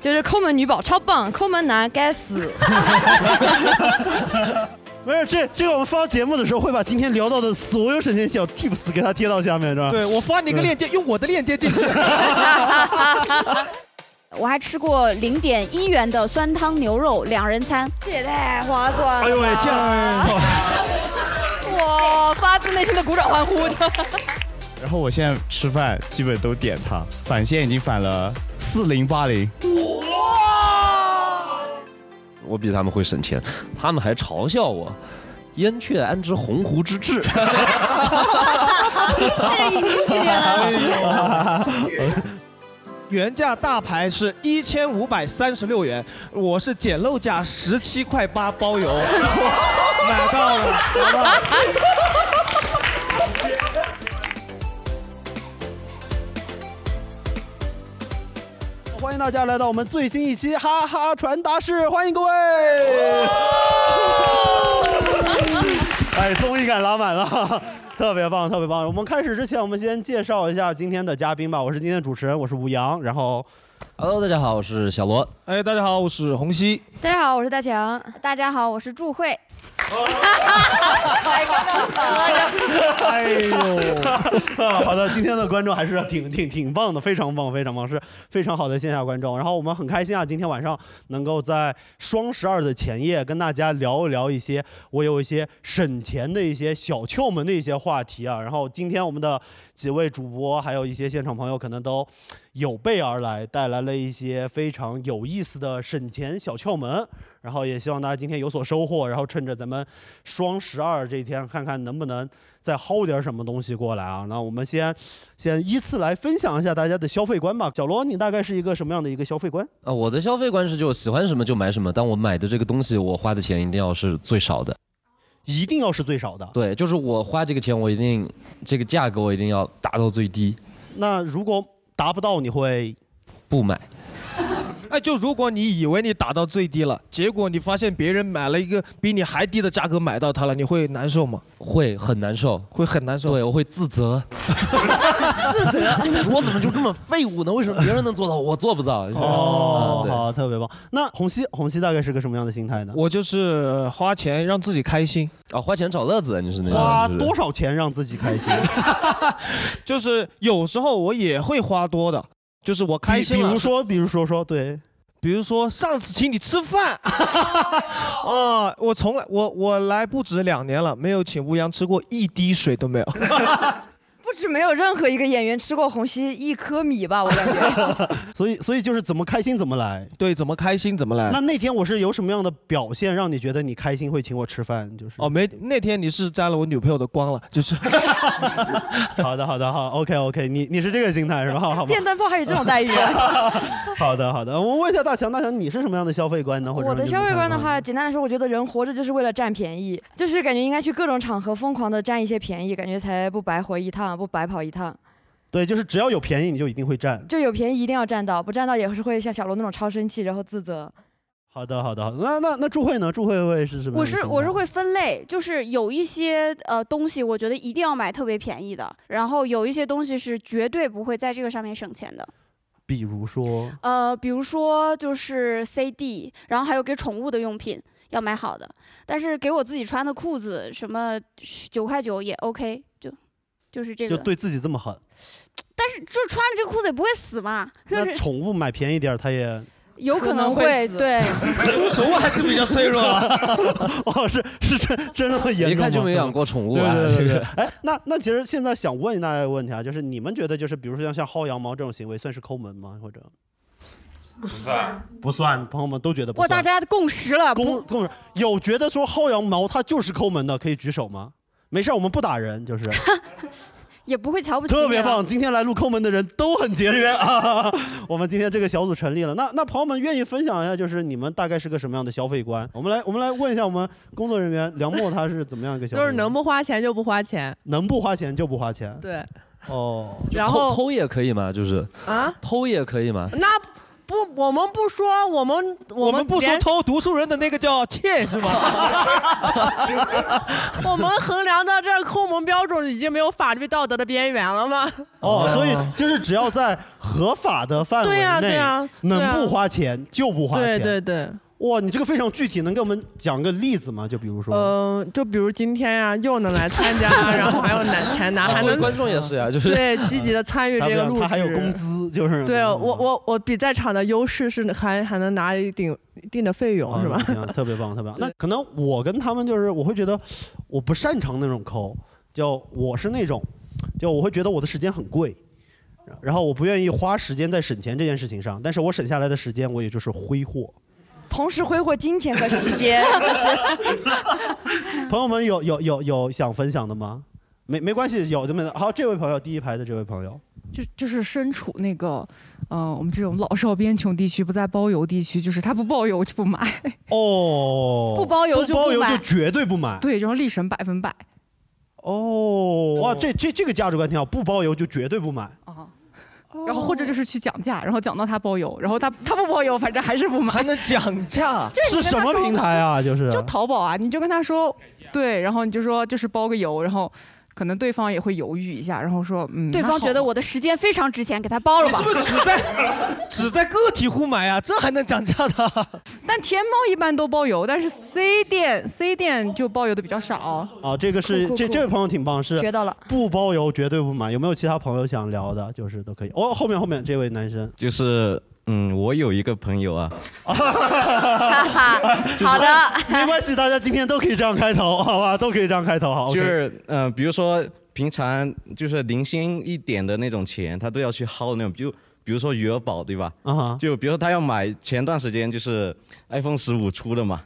就是抠门女宝超棒，抠门男该死。没事，这这个我们发节目的时候会把今天聊到的所有省钱小 tips 给它贴到下面，是吧？嗯对我发你一个链接，用我的链接进 去。我还吃过零点一元的酸汤牛肉两人餐，这也太划算了！哎呦喂，这样。哇，发自内心的鼓掌欢呼的。然后我现在吃饭基本都点它，返现已经返了四零八零。我比他们会省钱，他们还嘲笑我。燕雀安知鸿鹄之志？ 但是已经去年了。原价大牌 是一千五百三十六元，我是捡漏价十七块八包邮， 买到了。买到了欢迎大家来到我们最新一期《哈哈传达室》，欢迎各位！哎，综艺感拉满了， 特别棒，特别棒！我们开始之前，我们先介绍一下今天的嘉宾吧。我是今天的主持人，我是吴阳，然后 Hello，大家好，我是小罗。哎，大家好，我是洪熙。大家好，我是大强。大家好，我是 祝慧。 哎呦，啊好的，今天的观众还是挺挺挺棒的，非常棒，非常棒，是非常好的线下观众。然后我们很开心啊，今天晚上能够在双十二的前夜跟大家聊一聊一些我有一些省钱的一些小窍门的一些话题啊。然后今天我们的几位主播还有一些现场朋友可能都有备而来，带来了一些非常有意思的省钱小窍门。然后也希望大家今天有所收获，然后趁着咱们双十二这一天，看看能不能再薅点什么东西过来啊。那我们先先依次来分享一下大家的消费观吧。小罗，你大概是一个什么样的一个消费观？啊，我的消费观是就喜欢什么就买什么，但我买的这个东西，我花的钱一定要是最少的。一定要是最 少的。对，就是我花这个钱，我一定这个价格我一定要达到最低，那如果达不到，你会不买。哎，就如果你以为你打到最低了，结果你发现别人买了一个比你还低的价格买到它了，你会难受吗？会很难受，会很难受。对，我会自责，自责，我怎么就这么废物呢？为什么别人能做到，我做不到？ 啊，哦对好，特别棒。那红熙，红熙大概是个什么样的心态呢？我就是呃花钱让自己开心，啊，花钱找乐子，你是那种花是不是多少钱让自己开心？ 就是有时候我也会花多的，就是我开心比了比如说，比如说说，对，比如说上次请你吃饭， 啊，我从来我我来不止两年了，没有请吴阳吃过一滴水都没有。不止没有任何一个演员吃过红熙一颗米吧，我感觉。所以所以就是怎么开心怎么来。对，怎么开心怎么来那。那天我是有什么样的表现让你觉得你开心会请我吃饭？就是哦，没，那天你是沾了我女朋友的光了，就是。 好的，好的，好，OK OK，你你是这个心态是吧？好好吧，电灯泡还有这种待遇啊？好的好的。我问一下大强，大强你是什么样的消费观呢？或者我的你消费观的看话，简单来说，我觉得人活着就是为了占便宜，就是感觉应该去各种场合疯狂的占一些便宜，感觉才不白活一趟，不白跑一趟。对，就是只要有便宜你就一定会占。就有便宜一定要占到，不占到也是会像小罗那种超生气，然后自责。好的好的，好的那那那祝慧呢？祝慧会是什么样的我心是态？我是会分类，就是有一些呃东西，我觉得一定要买特别便宜的，然后有一些东西是绝对不会在这个上面省钱的。比如说，呃，比如说就是 CD，然后还有给宠物的用品要买好的，但是给我自己穿的裤子什么九块九也 OK，就就是这就个。对自己这么狠，但是就穿着这个裤子也不会死嘛，就那是宠物买便宜点儿它也有可可能能会会死对。 宠物还哦是比较脆弱、啊。哦是是真真的很严重吗，一看就没养过宠物对啊，对对这对个对。哎，那那其实现在想问大家一个问题啊，就是你们觉得就是比如说像像薅羊毛这种行为算是抠门吗？或者不算，不算，朋友们都觉得 不哇，算。大家共识了，公不公人有觉得说薅羊毛它就是抠门的，可以举手吗？没事儿，我们不打人，就是也不会瞧不起特你啊别啊了。棒。今天来录抠门的人都很节约啊！ 我们今天这个小组成立了，那那朋友们愿意分享一下，就是你们大概是个什么样的消费观？我们来我们来问一下我们工作人员梁墨他是怎么样一个消费就观？是能不花钱就不花钱，能不花钱就不花钱对， 哦。就然偷后偷也可以嘛，就是啊，偷也可以嘛。 那不，我们不说，我们我们们不说连偷读书人的那个叫窃 是吗？我们衡量到这儿抠门标准已经没有法律道德的边缘了吗？ 哦，所以就是只要在合法的范围对啊呀对内呀，对能呀不花钱就不花对钱。对对，哇，你这个非常具体，能给我们讲个例子吗？就比如说，嗯、就比如今天呀、又能来参 加，然后还有拿钱拿，还能观众也是呀，啊就是对积极的参与啊 他这个不录想制，他还有工资，就是嗯对我我我比在场的优势是还还能拿一定一定的费用啊是吧？ 行特别棒，特 别棒。那可能我跟他们就是，我会觉得我不擅长那种抠，就我是那种，就我会觉得我的时间很贵，然后我不愿意花时间在省钱这件事情上，但是我省下来的时间，我也就是 挥霍。同时挥霍金钱和时间，就是朋友们有有有有想分享的吗？没没关系，有就没的。好，这位朋友，第一排的这位朋友，就就是身处那个，呃，我们这种老少边穷地区，不在包邮地区，就是他不包邮就不 买，哦，不包邮就不包不邮就买绝对不买。对，然后立省百分百。哦，哇，这这这个价值观挺好，不包邮就绝对不买。哦然后或者就是去讲价，然后讲到他包邮，然后他他不包邮，反正还是不买。还能讲 价就是是你跟什他么说平台啊？就是就淘宝啊，你就跟他说，对，然后你就说就是包个邮，然后可能对方也会犹豫一下，然后说嗯，对方觉得我的时间非常值钱，给他包了吧。你是不是只在？只在个体户买啊，这还能讲价的？ 但天猫一般都包邮，但是 C 店 C 店就包邮的比较少。啊，这个是酷酷这酷这位朋友挺棒，是学到了，不包邮绝对不买。有没有其他朋友想聊的？就是都可以。哦，后面后面这位男 生，就是嗯，我有一个朋友啊，好的，没关系，大家今天都可以这样开头，好吧？都可以这样开头，好。就 OK 是嗯、呃比如说平常就是零星一点的那种钱，他都要去薅那种，就比如说余额宝，对吧？啊哈就比如说他要买，前段时间就是 iPhone 十五出了嘛，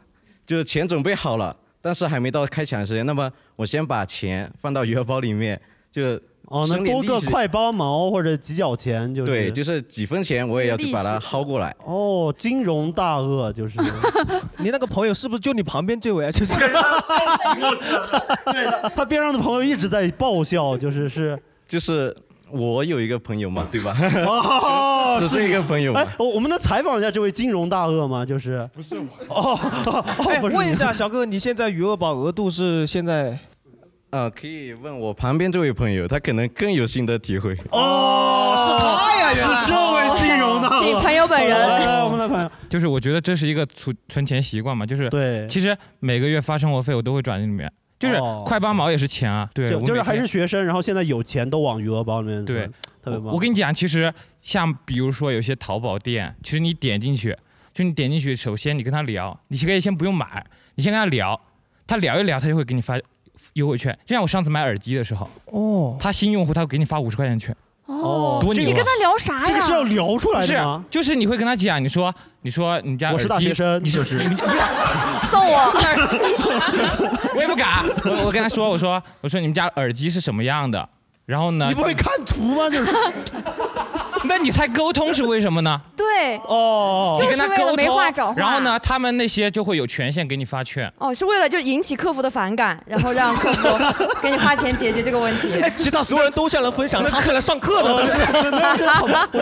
就是钱准备好了，但是还没到开抢的时间，那么我先把钱放到余额宝里面，就哦，能省点多利个息快八毛或者几角钱，就是对，就是几分钱我也要去把它薅过来。哦，金融大鳄就是 你那个朋友是不是就你旁边这位啊？就是 他边上的朋友一直在爆笑，就是是。 就是我有一个朋友嘛，对吧？ ，哦只是一个朋友嘛哎，。我我们能采访一下这位金融大鳄吗？就是不是我哦哎，不是你问一下小哥，你现在余额宝额度是现在？呃，可以问我旁边这位朋友，他可能更有心得体会。哦，是他呀，哦是这位金融大鳄，请朋友本人来来来，我们来朋友，就是我觉得这是一个存存钱习惯嘛，就是对，其实每个月发生活费我都会转进里面，就是哦快八毛也是钱啊，对，就我就是每还天是学生，然后现在有钱都往余额宝里面对存，特别棒。我跟你讲，其实像比如说有些淘宝店，其实你点进去，就你点进去，首先你跟他聊，你可以先不用买，你先跟他聊，他聊一聊，他就会给你发优惠券。就像我上次买耳机的时候，哦，他新用户他会给你发五十块钱券。哦多牛啊你跟他聊啥呀？聊出来的是吗，就是你会跟他讲，你说，你说你家我是啊大耳机学生你是 你送我。 我也不敢。我我跟他说，我说我说你们家耳机是什么样的？然后呢？你不会看图吗？就是， 那你猜沟通是为什么呢？对，哦就你跟是他为了沟没通话找话。然后呢，他们那些就会有权限给你发券。哦，是为了就引起客服的反感，然后让客服给你花钱解决这个问题。 哎，其他所有人都向人分享，他是来上课的，哦但是我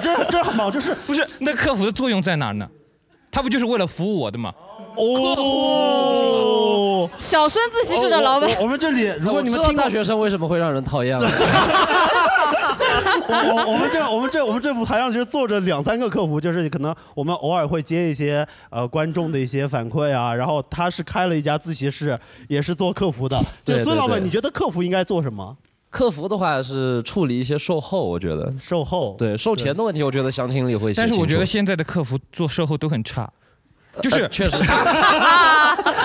这这很棒，就是不是那客服的作用在哪儿呢？他不就是为了服务我的吗？哦，小孙自习室的老板哦我我我们 这里，如果你们我知听道到大学生为什么会让人讨厌了？ 我我我们这我们这我们这舞台上其实坐着两三个客服，就是可能我们偶尔会接一些呃观众的一些反馈啊，然后他是开了一家自习室，也是做客服的。就对孙老对板，对你觉得客服应该做什么？ 客服的话是处理一些售后，我觉得售后对售前的问题，我觉得详情里会写但清楚。是我觉得现在的客服做售后都很差，就是、呃确实，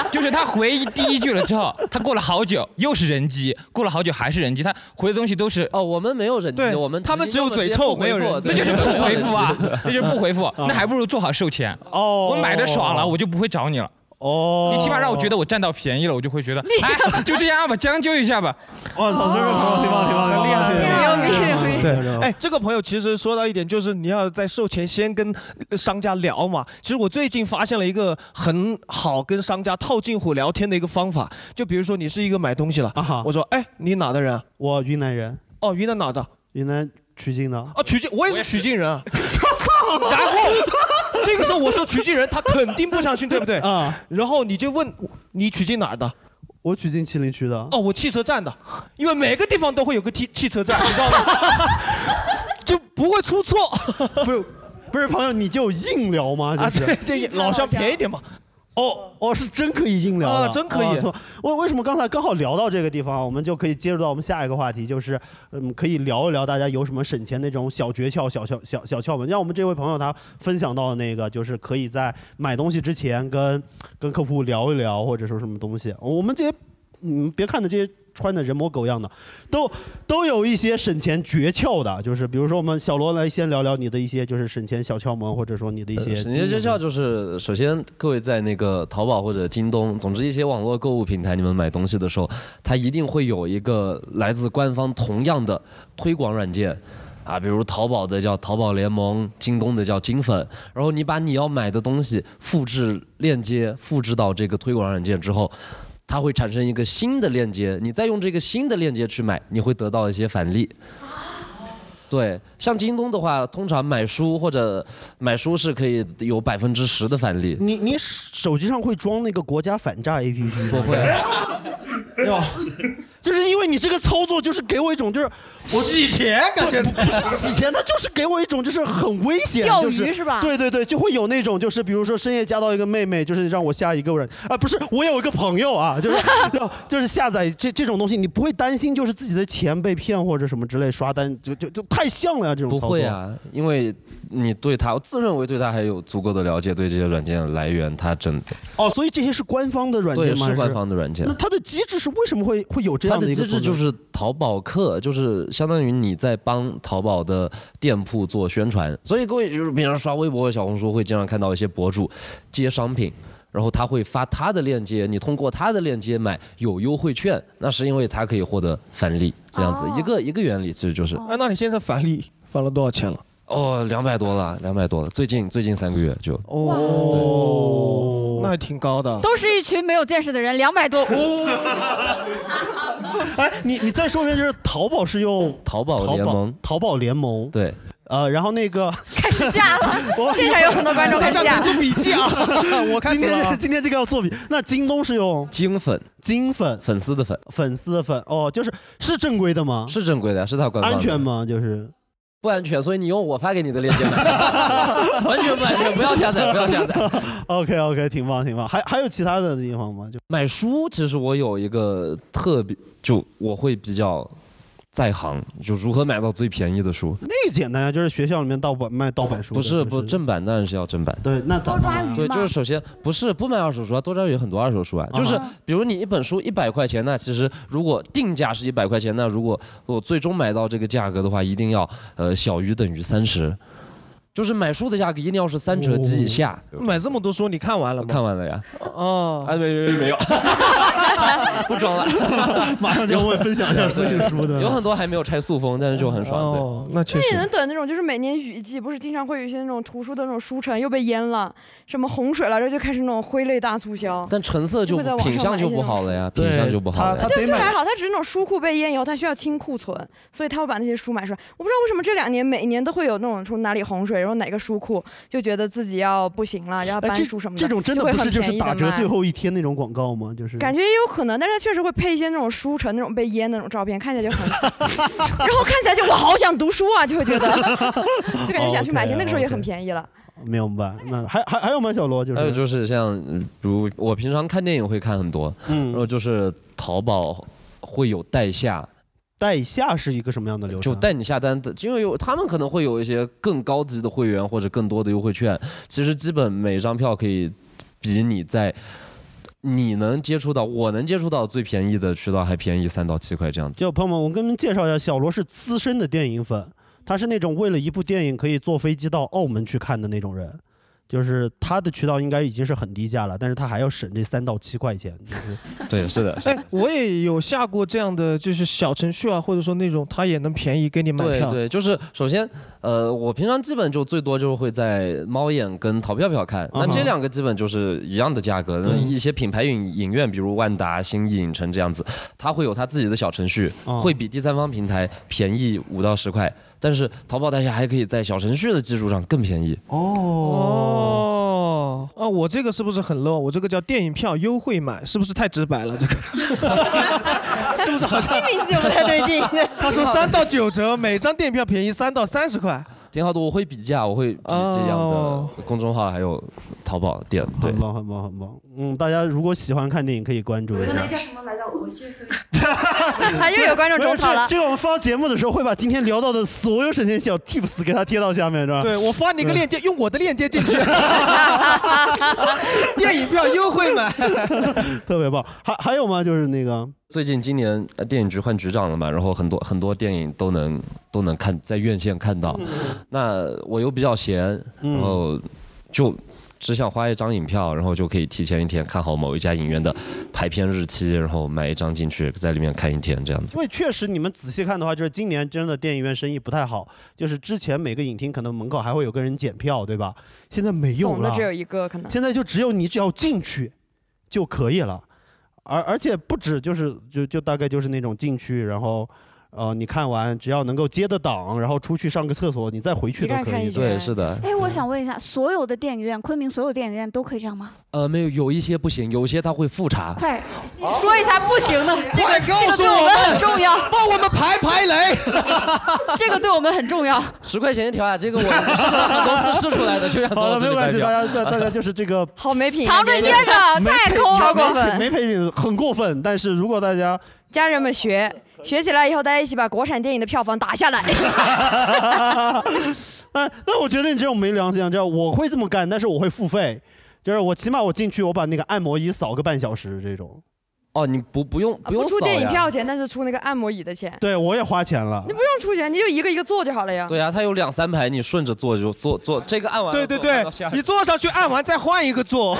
就是他回第一句了之后，他过了好久又是人机，过了好久还是人机，他回的东西都是哦，我们没有人机，我们他们只有嘴臭没有人那就是不回复啊，那就是不回复，啊那还不如做好售前。哦我买的爽了，我就不会找你了。哦，你起码让我觉得我占到便宜了，我就会觉得，哎，就这样吧，将就一下吧。我操，这位哦朋友挺棒，挺棒，挺棒，厉害谢谢厉害谢谢谢厉害谢谢谢谢谢哎，这个朋友其实说到一点，就是你要在售前先跟呃商家聊嘛。其实我最近发现了一个很好跟商家套近乎聊天的一个方法，就比如说你是一个买东西了，啊我说，哎，你哪的人啊？我云南人，哦，云南哪的？云南曲靖的。 啊，曲靖，我也是曲靖人啊。然后这个时候我说取经人，他肯定不相信，对不 对？啊。然后你就问你取经哪儿的？我取经麒麟区的。哦，我汽车站的，因为每个地方都会有个汽汽车站，你知 道吗？就不会出错。不是，不是，朋友，你就硬聊吗？啊就是、对这也老乡便宜点嘛。哦哦，是真可以硬聊的啊真可以哦错我 为什么刚才刚好聊到这个地方，我们就可以接入到我们下一个话题，就是嗯，可以聊一聊大家有什么省钱那种小诀窍、小窍小小窍门。像我们这位朋友他分享到的那个，就是可以在买东西之前跟跟客户聊一聊，或者说什么东西。我们这些嗯，别看的这些穿的人模狗样的，都都有一些省钱诀窍的，就是比如说我们小罗来先聊聊你的一些就是省钱小窍门，或者说你的一些呃省经钱验诀窍就是，首先各位在那个淘宝或者京东，总之一些网络购物平台，你们买东西的时候，它一定会有一个来自官方同样的推广软件。啊，比如淘宝的叫淘宝联盟，京东的叫京粉，然后你把你要买的东西复制链接复制到这个推广软件之后，它会产生一个新的链接，你再用这个新的链接去买，你会得到一些返利。对，像京东的话，通常买书或者买书是可以有百分之十的返利。你你手机上会装那个国家反诈 APP 不 会，吧？ 就是因为你这个操作，就是给我一种就是我洗钱感觉不不是洗钱，它就是给我一种就是很危险，钓鱼就是吧对对对，就会有那种就是比如说深夜加到一个妹妹，就是让我下一个人啊，不是我有一个朋友啊， 就是就就是下载这这种东西，你不会担心就是自己的钱被骗或者什么之类刷单，就就就太像了呀、这种操不作。会啊，因为你对它，我自认为对它还有足够的了解，对这些软件的来源，它真的哦，所以这些是官方的软件对吗？还是官方的软件那。它的机制是为什么会会有这它样的的一个机制功能就是淘宝客，就是相当于你在帮淘宝的店铺做宣传。所以各位就是平常刷微博、小红书会经常看到一些博主接商品，然后他会发他的链接，你通过他的链接买有优惠券，那是因为他可以获得返利，这样子一个一个原理其实就是。哦哎，那你现在返利返了多少钱了？哦，两百多了，两百多了，最近最近三个月就哦，那还挺高 的。都是一群没有见识的人，两百 多。哦哎， 你你再说一遍，就是淘宝是用 淘宝淘联盟宝淘宝联盟对，呃，然后那个 开始 下了，现场有很多观众开始下。啊我开看始今了啊天今天这个要做笔。那京东是用金粉，金粉，粉丝的粉，粉丝的粉。哦，就是是正规的吗？是正规的，是它官方的安全吗？就是不安全，所以你用我发给你的链接买， 完全不安全，不要下载，不要下载。 OK OK，挺棒挺棒。还还有其他的地方吗？就买书， 其实我有一个特别，就我会比较在行，就如何买到最便宜的书。那个简单啊，就是学校里面盗版卖盗版书的。不是不正版当然是要正版，对，那多抓对，就是首先不是不买二手书啊，多抓鱼很多二手书啊，就是比如你一本书一百块钱，那其实如果定价是一百块钱，那如果我最终买到这个价格的话，一定要呃小于等于三十，就是买书的价格一定要是三哦折及以下。买这么多书，你看完了吗？看完了呀。哦，啊没没没有，不装了， 马上就要问分享一下自自己的书的有很多还没有拆塑封，但是就很爽。哦，那那也能等那种，就是每年雨季，不是经常会有一些那种图书的那种书城又被淹了，什么洪水了，然后就开始那种灰类大促销。但成色就会在不网上品相买就一些不好了呀，品相就不好了呀。就就还好，它只是那种书库被淹以后，它需要清库存，所以他会把那些书买出来。我不知道为什么这两年每年都会有那种说哪里洪水，然后哪个书库就觉得自己要不行了，然后哎啊搬这书什么的，这种真的会不很是就是便宜地打折卖最后一天那种广告吗？就是感觉也有可能，但是它确实会配一些那种书城那种被淹的那种照片，看起来就 很， 然后看起来就我好想读书啊，就会觉得， 就感觉想去买一些。 OK，那个时候也 OK 很便宜 了。明白。那还还还有吗？小罗就是还有就是像，嗯比如我平常看电影会看很多，嗯然后就是淘宝会有代下，代下是一个什么样的流程？啊就带你下单的，因为有他们可能会有一些更高级的会员或者更多的优惠券，其实基本每张票可以比你在。你能接触到，我能接触到最便宜的渠道还便宜三到七块这样子。 就朋友们，我跟你们介绍一下，小罗是资深的电影粉，他是那种为了一部电影可以坐飞机到澳门去看的那种人。就是他的渠道应该已经是很低价了，但是他还要省这三到七块 钱，就是对，是的，哎，我也有下过这样的，就是小程序啊，或者说那种，它也能便宜给你买对票。对，就是首先，呃，我平常基本就最多就是会在猫眼跟淘票票看，那嗯这哼两个基本就是一样的价格。那一些品牌影影院，比如万达、新艺影城啊这样子，它会有它自己的小程序，会比第三方平台便宜五到十块。但是淘宝大家还可以在小程序的基础上更便宜。哦啊，我这个是不是很 low？我这个叫电影票优惠买，是不是太直白了？这 个是不是好像这名字就不太对 劲 他说三到九折，每张电影票便宜三到三十块。挺好的，我会比价，我会比这样哦的公众号还有淘宝店。对，很棒，很棒，很棒。嗯，大家如果喜欢看电影，可以关注一那下叫。什么来着？我谢 谢。还又有观众种草了不是这这个我们发节目的时候会把今天聊到的所有省钱小 tips 给它贴到下面，是吧？对我发你一个链接，用我的链 接进 去，电影票优惠买。特别棒。还还有吗？就是那嗯个最近今年呃电影局换局长了嘛，然后很多很多电影都能都能看在院线看到。那我又比较闲，然后就只想花一张影票，然后就可以提前一天看好某一家影院的排片日期，然后买一张进去，在里面看一天这样子。因为确实你们仔细看的话，就是今年真的电影院生意不太好，就是之前每个影厅可能门口还会有个人检票，对吧？现在没有总的了，只有一个可能。现在就只有你只要进去就可以了，而而且不止就是就就大概就是那种进去，然后呃你看完只要能够接的档，然后出去上个厕所，你再回去都可以。对，是的。哎，我想问一下，所有的电影院，昆明所有电影院都可以这样吗？呃，没有，有一些不行，有一些他会复查。快说一下不行的，这啊快个告这个诉对我们们很重要，帮我们排排雷。 这个对我们很重要。十块钱一条啊，这个 我试了很多次试出来的，就像好了，没有关系，大家大大家就是是这个好没品，藏着掖着没太配抠了没过分没配景很过分，但是如果大家家人们学学起来以后，大家一起把国产电影的票房打下 来。那哎那我觉得你这种没良心，啊！这样我会这么干，但是我会付费，就是我起码我进去，我把那个按摩椅扫个半小时这种。哦，你不不用不用啊不出电影票钱，但是出那个按摩椅的钱。对我也花钱了你。不用出钱，你就一个一个做就好了呀。对啊，它有两三排，你顺着坐就坐坐，这个按完对对对，你坐上去按完再换一 个坐。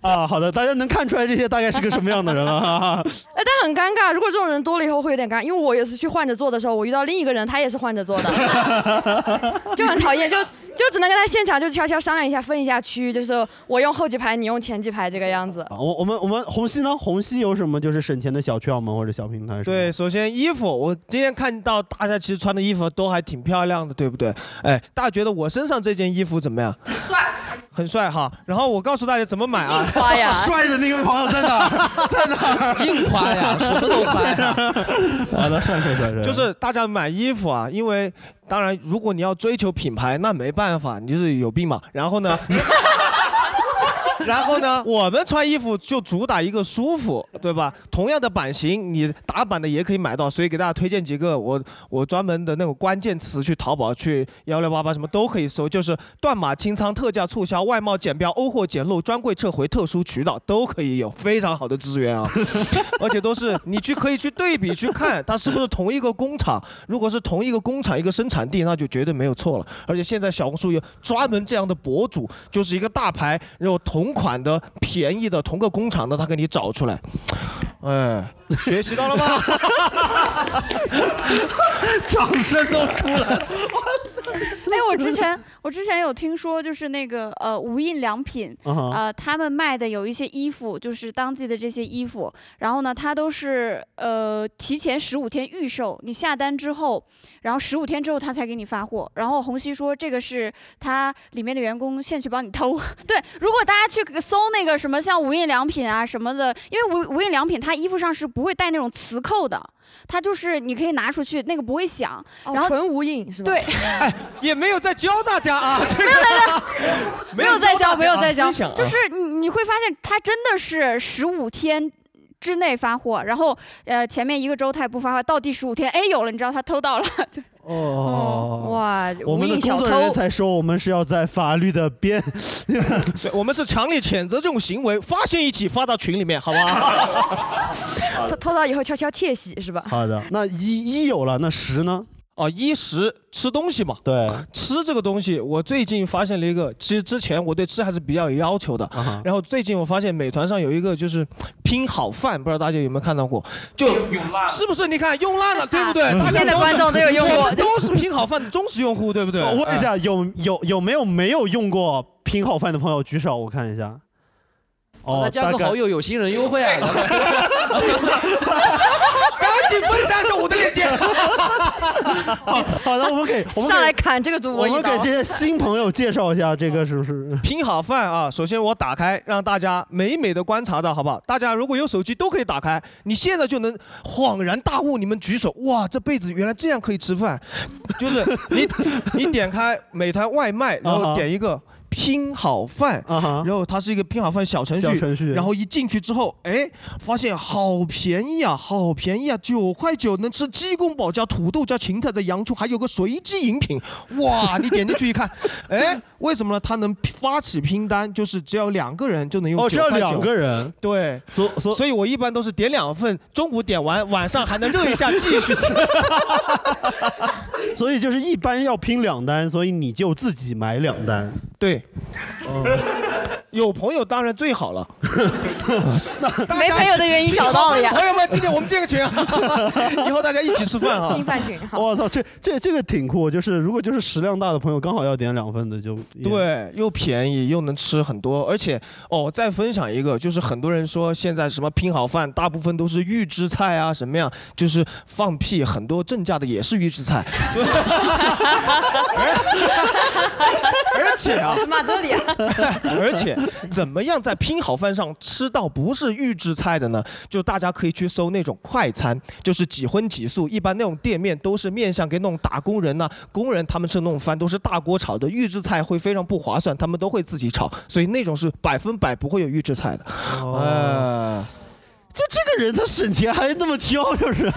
啊，好的，大家能看出来这些大概是个什么样的人了哈哈。 哎，但很尴尬，如果这种人多了以后会有点尴尬，因为我有一次去换着坐的时候，我遇到另一个人，他也是换着 坐的，就很讨厌，就就只能跟他现场就悄悄商量一下，分一下区，就是我用后几排，你用前几排这个样子。啊我我们我们红西呢？红西有什么就是省钱的小窍门或者小平台？，对，首先衣服，我今天看到大家其实穿的衣服都还挺漂亮的，对不对？哎，大家觉得我身上这件衣服怎么样？帅，很帅哈。然后我告诉大家怎么买啊。夸呀 帅的那个朋友在哪儿在哪儿硬夸呀什么都夸呀。好的，帅帅帅帅。就是大家买衣服啊，因为当然如果你要追求品牌，那没办法，你就是有病嘛。然后 呢？然后呢，我们穿衣服就主打一个舒服，对吧？同样的版型，你打版的也可以买到，所以给大家推荐几个我我专门的那种关键词去淘宝去幺六八八什么都可以搜，就是断码清仓、特价促销、外贸减标、欧货捡漏、专柜撤回、特殊渠道都可以有非常好的资 源啊，而且都是你去可以去对比去看它是不是同一个工厂，如果是同一个工厂一个生产地，那就绝对没有错了。而且现在小红书有专门这样的博主，就是一个大牌，然后同款的、便宜的、同个工厂的，他给你找出来。哎，学习到了吗？掌声都出来了。 哎，我之前我之前有听说，就是那个呃无印良品，啊哈呃他们卖的有一些衣服，就是当季的这些衣服，然后呢，它都是呃提前十五天预售，你下单之后，然后十五天之后他才给你发货。然后红熙说这个是他里面的员工现去帮你偷。 对，如果大家去搜那个什么像无印良品啊什么的，因为无无印良品它衣服上是不会带那种磁扣的。它就是你可以拿出去，那个不会响，然后哦纯无印是吧？对，也没有在教大家啊，这个没有在教，没有在教，分享啊就是你你会发现，它真的是十五天。之内发货，然后呃前面一个周它也不发货，到第十五天，哎有了，你知道他偷到了，就哦。哇，我无们的印工小作人员偷。才 说，我们是要在法律的边， 对我们是强烈谴责这种行为，发现一起发到群里面，好不好？偷偷到以后悄悄窃喜是吧？ 好的，那一一有了，那十呢？哦，衣食吃东西嘛。对，吃这个东西，我最近发现了一个，其实之前我对吃还是比较有要求的。啊然后最近我发现美团上有一个就是拼好饭，不知道大家有没有看到过？就是不是？你看用烂了，对不对？嗯大家现在观众都有用过我们 都 是拼好饭的忠实用户，对不对？哎我问一下，有有有没有没有用过拼好饭的朋友举手，我看一下。哦那，加个大概好友，有心人优惠啊！赶紧分享一下我的链接。好 好的，我们给我们给上来砍这个主播我一刀。们给这些新朋友介绍一下，这个是不是？啊拼好饭啊！首先我打开，让大家美美的观察到，好不好？大家如果有手机都可以打开，你现在就能恍然大悟。你们举手，哇，这辈子原来这样可以吃饭，就是你 你点开美团外卖，然啊哈啊后点一个。拼好饭然后它是一个拼好饭小程序，小程序然后一进去之后，哎，发现好便宜啊，好便宜啊，九块九能吃鸡公煲加土豆加芹菜加洋葱，还有个随机饮品，哇！你点进去 一看，哎，为什么呢？它能发起拼单，就是只要两个人就能用哦，只要9.9两个人，对，所所所以我一般都是点两份，中午点完，晚上还能热一下继 续吃。所以就是一般要拼两单，所以你就自己买两单。哦对，有朋友当然最 好了。没朋友的原因找到了呀 朋友们，今天我们建个群啊， 以后大家一起吃饭啊。拼饭群好。我操，这这这个挺酷，就是如果就是食量大的朋友，刚好要点两份的就也对，又便宜又能吃很多，而且哦，再分享一个，就是很多人说现在什么拼好饭，大部分都是预制菜啊，什么呀，就是放屁，很多正价的也是预制菜。 而且啊，是骂这里啊。 而且怎么样在拼好饭上吃到不是预制菜的呢？就大家可以去搜那种快餐，就是几荤几素，一般那种店面都是面向给那种打工人呐、工人他们吃那种饭都是大锅炒的，预制菜会非常不划算，他们都会自己炒，所以那种是百分百不会有预制菜的。哦，就这个人他省钱还那么挑，就是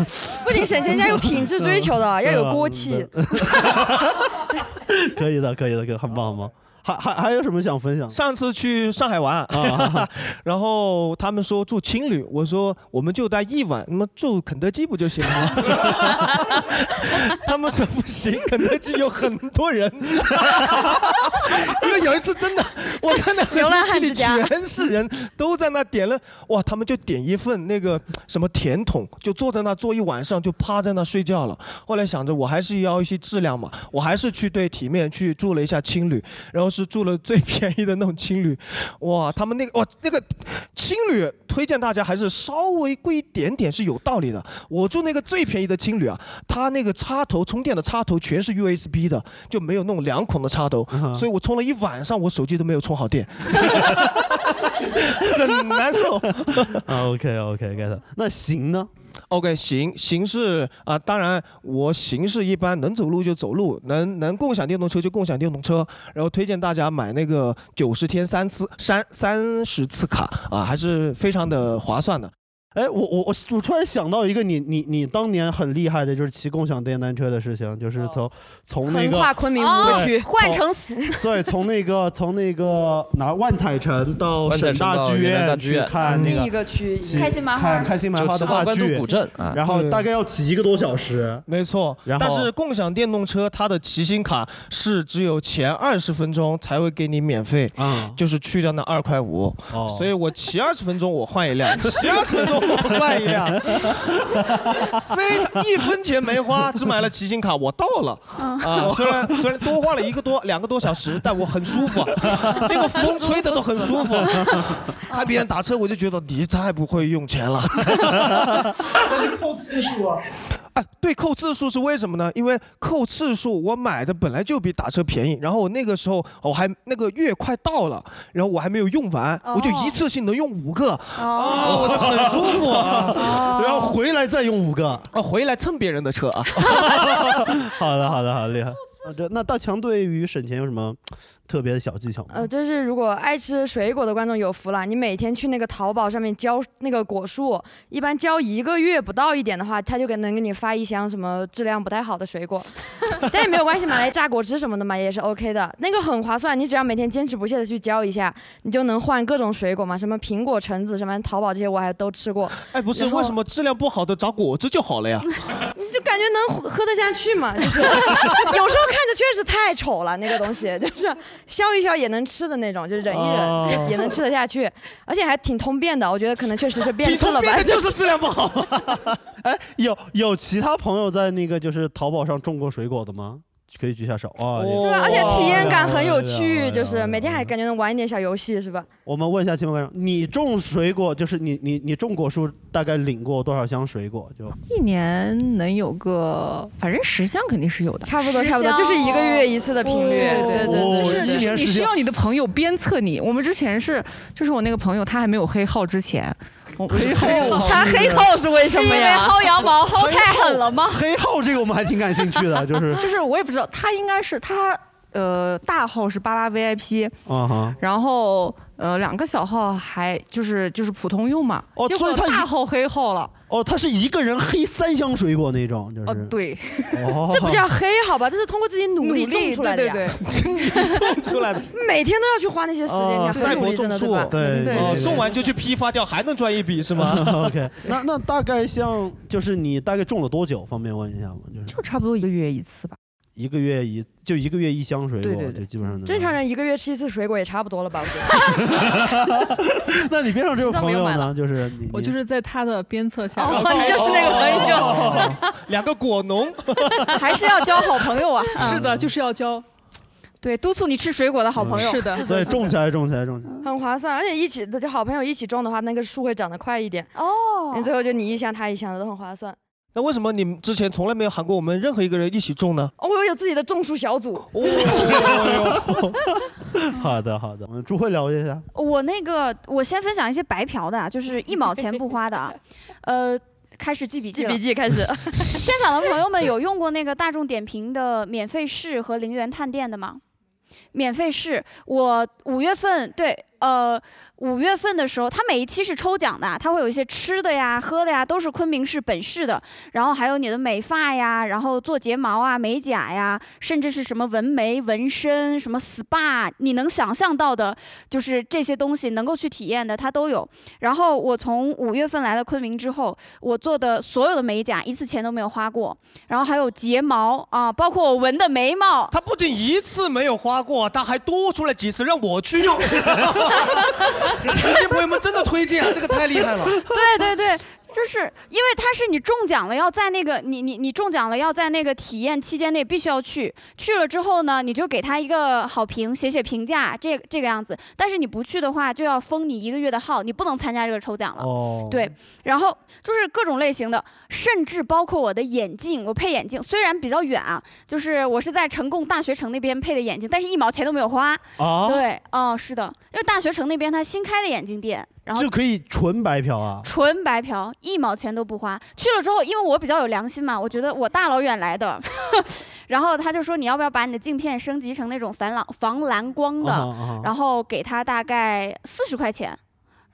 不仅省钱，人家有品质追求的，嗯要有锅气。 可以的，可以的，可以的，很棒，很棒。还还还有什么想分享？上次去上海玩，啊 然后他们说住青旅，我说我们就待一晚，那么住肯德基不就行了 吗？他们说不行，肯德基有很 多人， 因为有一次真的，我看到肯流浪汉德基之里家全是人都在那点了，哇，他们就点一份那个什么甜筒，就坐在那坐一晚上，就趴在那睡觉了。后来想着我还是要一些质量嘛，我还是去对体面去住了一下青旅，然后是住了最便宜的那种青旅，哇，他们那个哇那个青旅推荐大家还是稍微贵一点点是有道理的。我住那个最便宜的青旅啊，它那个插头充电的插头全是 USB 的，就没有那种两孔的插头，所以我充了一晚上，我手机都没有充好电，很难受。 OK OK get。那行呢？OK，行行是啊、当然我行是一般能走路就走路，能能共享电动车就共享电动车，然后推荐大家买那个九十天三次三三十次卡啊，还是非常的呃划算的。哎，我我我我突然想到一个你你你当年很厉害的，就是骑共享电单车的事情，就是哦从从那横个跨昆明五个区对换成从 对，从那个从那个哪儿万彩城到万彩省城大到剧人民大院剧去院看啊那另一嗯个区骑开心麻花看开心麻花的就话吃到剧关东古镇啊然后对大概要骑一个多小时。没错，然后但是共享电动车它的骑行卡是只有前二十分钟才会给你免费，啊就是去掉那二块五，哦所以我骑二十分钟我换一辆，骑二十分钟我换一啊 辆，非常一分钱没花，只买了骑行卡，我到了嗯啊，虽然虽然多花了一个多两个多小时，但我很 舒服，那个风吹的都很舒服，看别人打车我就觉得你太不会用钱了。 但是扣次数啊，对，扣次数是为什么呢？因为扣次数我买的本来就比打车便宜，然后我那个时候我还那个月快到了，然后我还没有用完，我哦就一次性能用五个，哦啊，我就很舒服哦啊。然后回来再用五个，啊，回来蹭别人的车啊。 好的好的好的，厉害。啊这那大强对于省钱有什么特别的小技巧吗？呃，就是如果爱吃水果的观众有福了，你每天去那个淘宝上面交那个果树，一般交一个月不到一点的话，他就给能给你发一箱什么质量不太好的水 果，但也没有关系，买来榨果汁什么的嘛也是 OK 的，那个很划算，你只要每天坚持不懈的去交一下，你就能换各种水果嘛，什么苹果、橙子什么，淘宝这些我还都吃过。哎，不是，然后为什么质量不好的找果汁就好了呀？你就感觉能喝喝得下去嘛？就是有时候看着确实太丑了，那个东西就是消一消也能吃的那种，就忍一忍、哦也也能吃得下去，而且还挺通便的。我觉得可能确实是变质了吧，量不好。哎，有有其他朋友在那个就是淘宝上种过水果的吗？可以举下手哦啊，是吧？而且体验感很有趣，就是每天还感觉能玩一点小游戏，是吧？我们问一下前面观众，你种水果就是你你你种果树大概领过多少箱水果？就 一年能有个，反正十箱肯定是有的，差不多差不多10箱就是一个月一次的频率对对对对，哦就是一就是年你10需箱要你的朋友鞭策你。我们之前是，就是我那个朋友他还没有黑号之前。我黑号是他黑号是为什么呀是因为薅羊毛薅太狠了吗黑号这个我们还挺感兴趣的，就是就是我也不知道，他应该是他呃大号是八八 VIP，啊哈，然后呃两个小号还就是就是普通用嘛，哦结所果以他一大号黑号了，哦，他是一个人黑三箱水果那种，就是、对，哦这不叫 黑好吧？这是通过自己努力种出来的呀。对种出来的。每天都要去花那些时间，你还很赛努博力，真种的对树吧？，哦种完就去批发掉，还能赚一笔是 吗 OK，那那大概像就是你大概种了多久？方便问一下吗？就是就差不多一个月一次吧。一个月一就一个月一箱水果，对对对就基本上能。正常人一个月吃一次水果也差不多了吧？我觉得。那你边上这位知道朋没有友买呢？就是你，我就是在他的鞭策下，。哦你就是那个朋友哦友，两个果农，嗯 还是要交好朋友啊 是的，就是要交。对，督促你吃水果的好嗯朋友。 对，种起来，种起来，种起来。很划算，而且一起就好朋友一起种的话，那个树会长得快一点哦。你最后就你一箱他一箱的都很划算。那为什么你们之前从来没有喊过我们任何一个人一起种呢？哦，我有自己的种树小组，哦 好的，好的，我们朱慧了解一下。我那个，我先分享一些白嫖的，啊，就是一毛钱不花 的啊，呃。开始记笔记了，记笔记开始 现场的朋友们有用过那个大众点评的免费试和零元探店的吗？免费试，我五月份对，呃，五月份的时候，它每一期是抽奖的，啊它会有一些吃的呀、喝的呀，都是昆明市本市的，然后还有你的美发呀，然后做睫毛啊、美甲呀，甚至是什么纹眉、纹身、什么 SPA，你能想象到的，就是这些东西能够去体验的，它都有。然后我从五月份来了昆明之后，我做的所有的美甲一次钱都没有花过，然后还有睫毛啊，包括我纹的眉毛，他不仅一次没有花过，他还哎多出来几次让我去 用。有些朋友们真的推荐啊，这个太厉害了。 对对对，就是因为它是你中奖了，要在那个你你你中奖了，要在那个体验期间内必须要去。去了之后呢，你就给他一个好评，写写评价，这这个样子。但是你不去的话，就要封你一个月的号，你不能参加这个抽奖了。哦，对，然后就是各种类型的，甚至包括我的眼镜，我配眼镜虽然比较远啊，就是我是在成贡大学城那边配的眼镜，但是一毛钱都没有花。啊对，哦，是的，因为大学城那边它新开的眼镜店，然后就可以纯白嫖啊。纯白嫖，一毛钱都不花。去了之后，因为我比较有良心嘛，我觉得我大老远来的， 然后他就说你要不要把你的镜片升级成那种防蓝防蓝光的，啊哈啊哈然后给他大概四十块钱，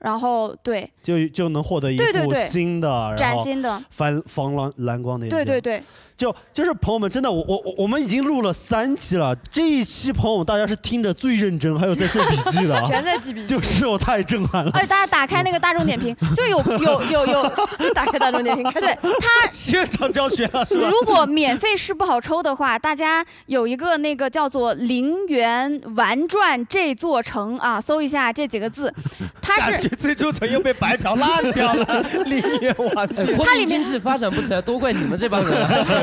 然后对就就能获得一对对副对新的，然后崭新的反防蓝蓝光的眼镜。对对对，，就就是朋友们，真的，我我我我们已经录了三期了，这一期朋友们大家是听着最认真，还有在做笔记的 全在记笔记 哎就是我太震撼了而。且大家打开那个大众点评，就有有有有 打开大众点评，对他 现场教学 啊了是吧？如果免费是不好抽的话，大家有一个那个叫做“陵园玩转这座城”啊，搜一下这几个字，它感觉是。 这座城又被白嫖烂掉 了，里面完哎蛋。昆明经济发展不起来，都怪你们这帮人。啊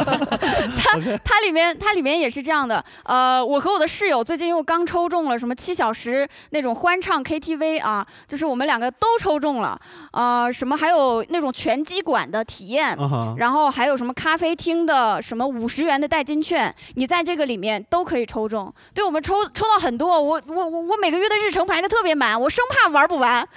它里面它里面也是这样的，呃，我和我的室友最近又刚抽中了什么七小时那种欢唱 KTV 啊，就是我们两个都抽中了，呃，什么还有那种拳击馆的体验嗯啊哈，然后还有什么咖啡厅的什么五十元的代金券，你在这个里面都可以抽中。对我们抽抽到很多，我我我我每个月的日程排的特别满，我生怕玩不完。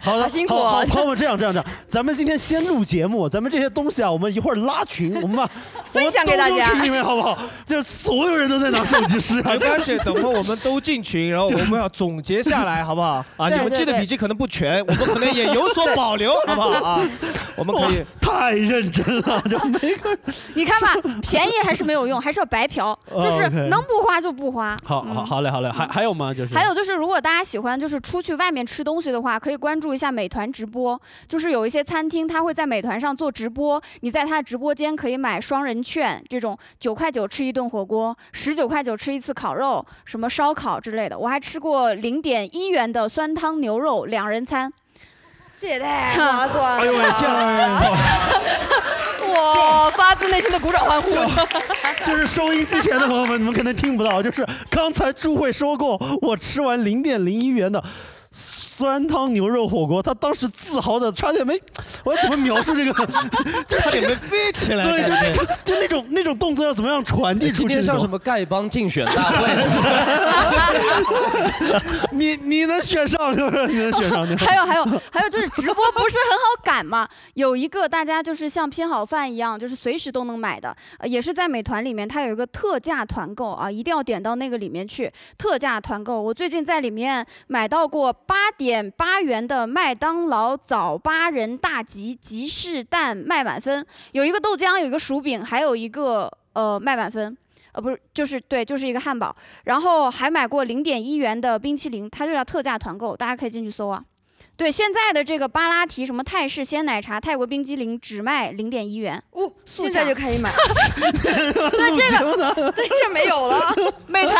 好的，好辛苦好哦好朋友们，这样这样这样，咱们今天先录节目，咱们这些东西啊，我们一会儿拉群，我 们把分享给大家我们都丢群里面好不好？就所有人都在拿手机试啊，没关系，等会儿我们都 进群，然后我们要总结下来，好不 好？啊，对你们记对的对笔记可能不全，我们可能也有所 保留，好不好啊？我们可以太认真了，就没你看吧，便宜还是没有用，还是要白嫖， 哦就是 OK 能不花就不花。好嗯好好嘞好嘞，还还有吗？就是还有就是，如果大家喜欢就是出去外面吃东西的话，可以关注一下美团直播，就是有一些餐厅它会在美团上做直播，你在它的直播间可以买双人券，这种九块九吃一顿火锅，十九块九吃一次烤肉，什么烧烤之类的。我还吃过零点一元的酸汤牛肉两人餐。这也 太划算了！哎呦喂这样我发自内心的鼓掌欢呼。 就是收音机前的朋友们，你们可能听不到，就是刚才朱慧说过，我吃完零点零一元的。酸汤牛肉火锅，他当时自豪的差点没，我要怎么描述这个？ 就是这差点个没飞起来对，就感那觉种，就那种那种动作要怎么样传递出今去？天像什么丐帮竞选大会？ 你你能选上是不是？你能选上？还有还有 还有就是直播不是很好赶嘛？有一个大家就是像拼好饭一样，就是随时都能买的，呃也是在美团里面，它有一个特价团购啊，一定要点到那个里面去。特价团购，我最近在里面买到过八点八元的麦当劳早八人大吉吉士蛋麦满分，有一个豆浆，有一个薯饼，还有一个呃麦满分。呃，不是，就是对，就是一个汉堡，然后还买过零点一元的冰淇淋，它就叫特价团购，大家可以进去搜啊。对，现在的这个巴拉提什么泰式鲜奶茶、泰国冰激凌只卖零点一元，哦，现在就可以买。 对这个，对这没有 了。美团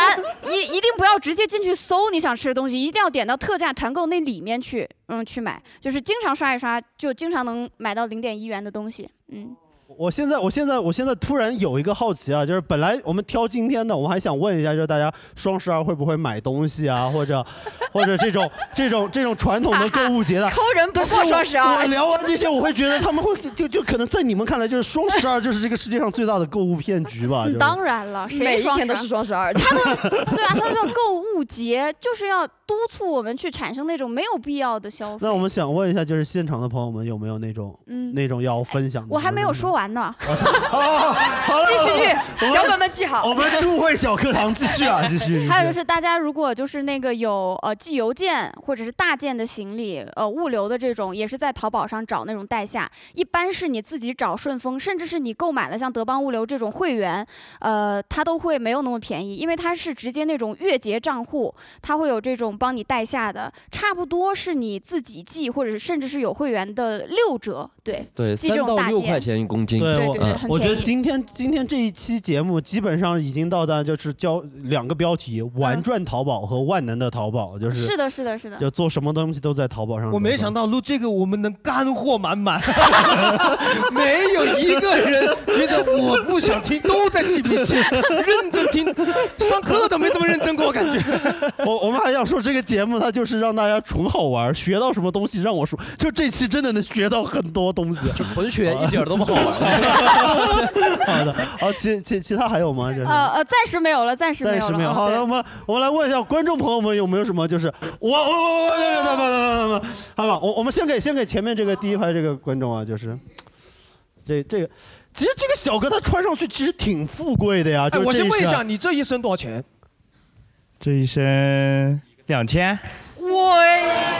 一一定不要直接进去搜你想吃的东西，一定要点到特价团购那里面去，嗯，去买，就是经常刷一刷，就经常能买到零点一元的东西，嗯。我现在，我现在，我现在突然有一个好奇啊，就是本来我们挑今天的，我们还想问一下，就是大家双十二会不会买东西啊， 或者，或者这种这种这种传统的购物节 的，抠人不但是过我双十二我聊完这些，我会觉得他们会就就可能在你们看来，就是双十二就是这个世界上最大的购物骗局吧。啊就嗯是当然了，谁每一双天十都二是双十二的。他们对啊，他们叫购物节，就是要督促我们去产生那种没有必要的消费。那我们想问一下，就是现场的朋友们有没有那种、嗯那种要分享的？我还没有 说完 呢，哦好了继续我们小本本记好我们助会小课堂继续啊，继续。继 续还有就是，大家如果就是那个有呃寄邮件或者是大件的行李，呃物流的这种，也是在淘宝上找那种代下，一般是你自己找顺丰，甚至是你购买了像德邦物流这种会员，呃，它都会没有那么便宜，因为它是直接那种月结账户，它会有这种帮你代下的，差不多是你自己寄或者是甚至是有会员的六折，对 对，寄这三种到大六件。块钱一 公斤。对对我对对很我觉便得宜今天今天这一期节目基本上已经到达就是教两个标题：玩转淘宝和万能的淘宝，就是是的，是的，是的。就做什么东西都在淘宝上。我没想到录这个我们能 干货 满满，没有一个人觉得我不想听，都在记笔记，认真听，上课都没这么认真过，我感觉。 我我们还想说这个节目它就是让大家纯好玩，学到什么东西让我说，就这期真的能学到很多东西，啊就纯学一点都不好玩。 好的，好，其其其他还有吗？这是。呃呃，暂时没有了，暂时没暂有时了。没有。嗯好对的，我们我们来问一下观众朋友们有没有什么就是我我我我我等等等等等，好吧，我我们先给先给前面这个第一排这个观众啊，就是这这个，其实这个小哥他穿上去其实挺富贵的呀。哎，啊就是我这先问一身下，你这一身多少钱？这一身两 千，我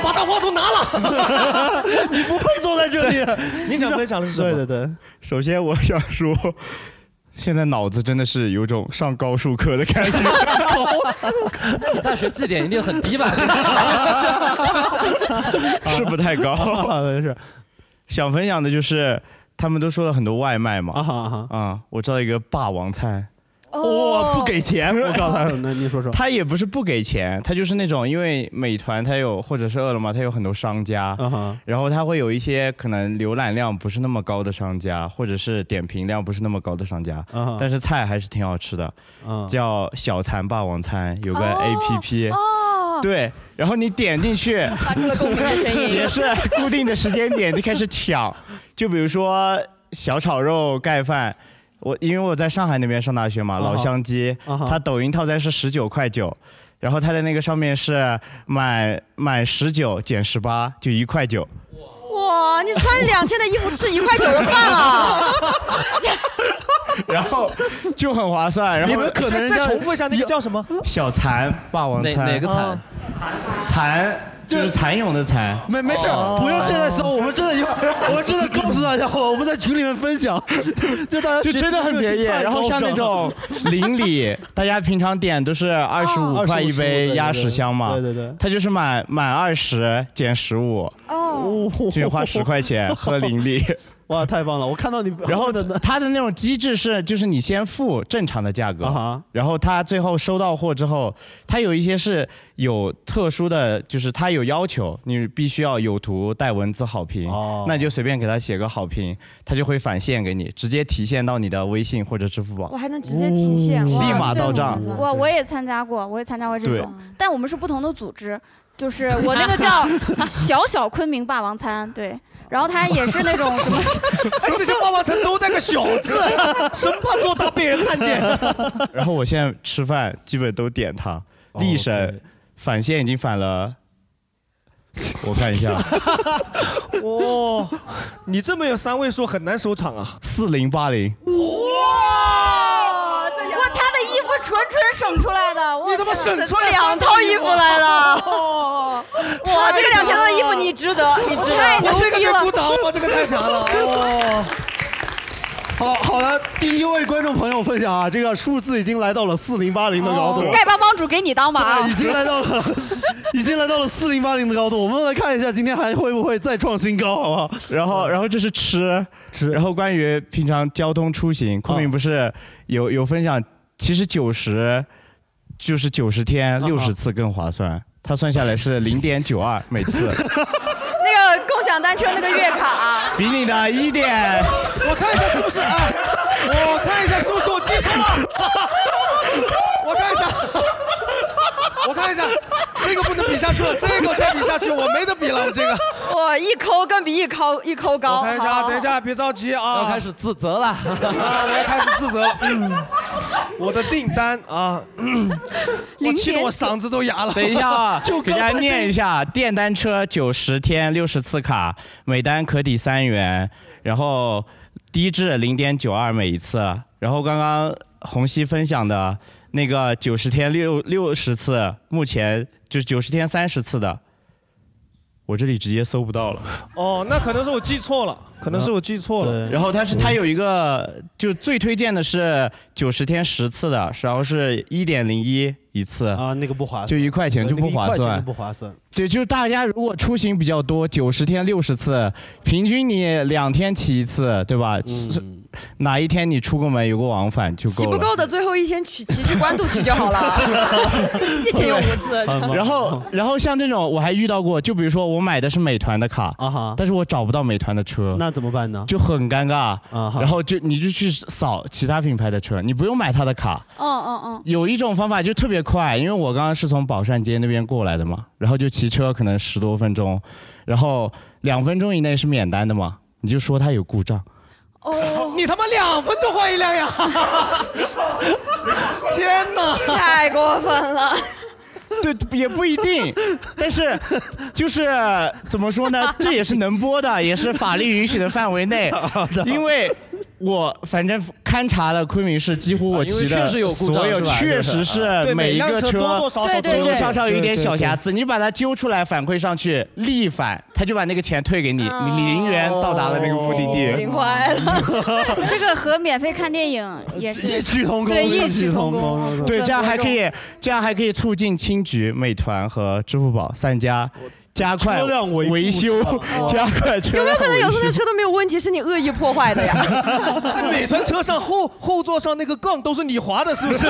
把大话筒拿了， 你不配坐在这里。你想分享的是什么？对对对，首先我想说，现在脑子真的是有种上高数课的感觉。那你大学绩点一定很低 吧？啊是不太高，啊是。想分享的就是，他们都说了很多外卖嘛，啊，我知道一个霸王餐，哇，不给钱，我告诉他，那你说说，他也不是不给钱，他就是那种因为美团它有或者是饿了么它有很多商家，嗯然后他会有一些可能浏览量不是那么高的商家，或者是点评量不是那么高的商家嗯哼，但是菜还是挺好吃的嗯，叫小餐霸王餐，有个 A P P，哦对，然后你点进去，发出了共鸣的声音也是固定的时间点就开始抢，就比如说小炒肉盖饭。我因为我在上海那边上大学嘛，啊哈老乡鸡，啊哈它抖音套餐是十九块九，然后它的那个上面是满满十九减十八，就一块九。 哇，你穿两千的衣服吃一块九的饭啊！然后就很划算。然后你们可能人家再重复一下那个叫什么？小蚕霸王餐。哪哪个蚕哦？蚕就是蚕蛹的蚕。没没事，哦不用现在搜，我们真的一会儿，我们真的告诉大家，我们在群里面分享，就大家就学习真的很热情便宜，太然后高像那涨种邻 里，大家平常点都是二十啊五块一杯鸭屎香嘛，对对对，它就是满满二十减十五，哦，就花十块钱喝邻里。 哇，太棒了！我看到你， 然后它的那种机制是，就是你先付正常的价格，啊然后他最后收到货之后，他有一些是有特殊的，就是他有要求，你必须要有图带文字好评，哦那你就随便给他写个好评，他就会返现给你，直接提现到你的微信或者支付宝我，还能直接提现，哇立马到账。我我也参加过，我也参加过这对种，但我们是不同的组织，就是我那个叫小小昆明霸王餐，对。然后他也是那种什么，哎，这些爸爸餐都带个小字，生怕做大被人看见。然后我现在吃饭基本都点它，立审返现已经返了，我看一下哦，你这么有三位数很难收场啊！四零八零。哇！哇，他的衣服纯纯省出来的，你他妈省出两套衣服来了 哇！哇，这个两千多的衣服你值得，你啊值得，太牛逼了！鼓掌吧，这个太强 了！哦，好好了，第一位观众朋友分享啊，这个数字已经来到了四零八零的高度，哦丐帮帮主给你当吧啊！已经来到 了，已经来到了四零八零的高度。我们来看一下，今天还会不会再创新高，好不好？然后，然后这是吃吃。然后关于平常交通出行，昆明不是有有分享，其实九十就是九十天六十次更划算，它算下来是零点九二每次， 那个共享单车那个月卡、啊，比你的一点。我看一下是不是啊？我看一下是不是我记错了？ 我看一下， 我看一下，这个不能比下去了，这个再比下去我没得比了，我 这个。我一抠更比一抠一抠高。我看一好下，啊好等一下，别着急啊！要开始自责了，啊，我要开始自责了。嗯，我的订单啊，嗯我气得我嗓子都哑了。，等一下啊 就给大刚才家念一下：电单车九十天六十次卡，每单可抵三元，然后低至零点九二每一次。然后刚刚红熙分享的那个九十天六六十次，目前就是九十天三十次的，我这里直接搜不到了。哦，那可能是我记错了，可能是我记错了。然后它是它有一个，就最推荐的是九十天十次的，然后是一点零一一次啊，那个不划算，就一块钱就不划一块算钱，不划算。对，就大家如果出行比较多，九十天六十次，平均你两天骑一次，对吧？嗯是哪一天你出个门有个往返就骑够不了。够的，最后一天 去骑去官渡去就好了，一天有五次。然后，然后像这种我还遇到过，就比如说我买的是美团的卡，但是我找不到美团的车，啊那怎么办呢？啊就很尴尬。然后就你就去扫其他品牌的车，你不用买他的卡。嗯嗯嗯，有一种方法就特别快，因为我刚刚是从宝善街那边过来的嘛，然后就骑车可能十多分钟，然后两分钟以内是免单的嘛，你就说它有故障，哦，你他妈两分钟换一 辆呀！天哪，太过分了！ 对，也不一 定，但是就是怎么说呢，这也是能播的，也是法律允许的范围 内，因为。我反正勘察了昆明市，几乎我骑啊因为确的实有故障所有是吧确实对是每每一辆个车多多少少多对对都有多少少有一对点对小对瑕疵，你把它揪出来反馈上去，力返，他就把那个钱退给你，啊你零元到达了那个目的哦地。灵坏了，这个和免费看电影也是异曲同工对，异异曲曲同同工工。对，这样还可以，这样还可以促进青桔、美团和支付宝三家加快车辆维护维修是吧， 加快车有辆没有可能有时候那维修车都没有问题，是你恶意破坏的 呀？哎美团车上后后座上那个杠都是你划的，是不是？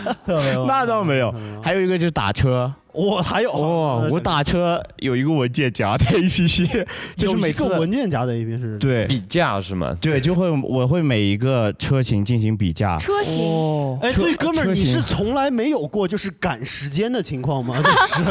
那倒没有，还有一个就是打车。我还有啊哦，我打车有一个文件夹的 APP，就是每有一次个文件夹的 APP 是对比价是吗？对，就会我会每一个车型进行比价。哦哎，所以哥们儿，车你型是从来没有过就是赶时间的情况 吗？就是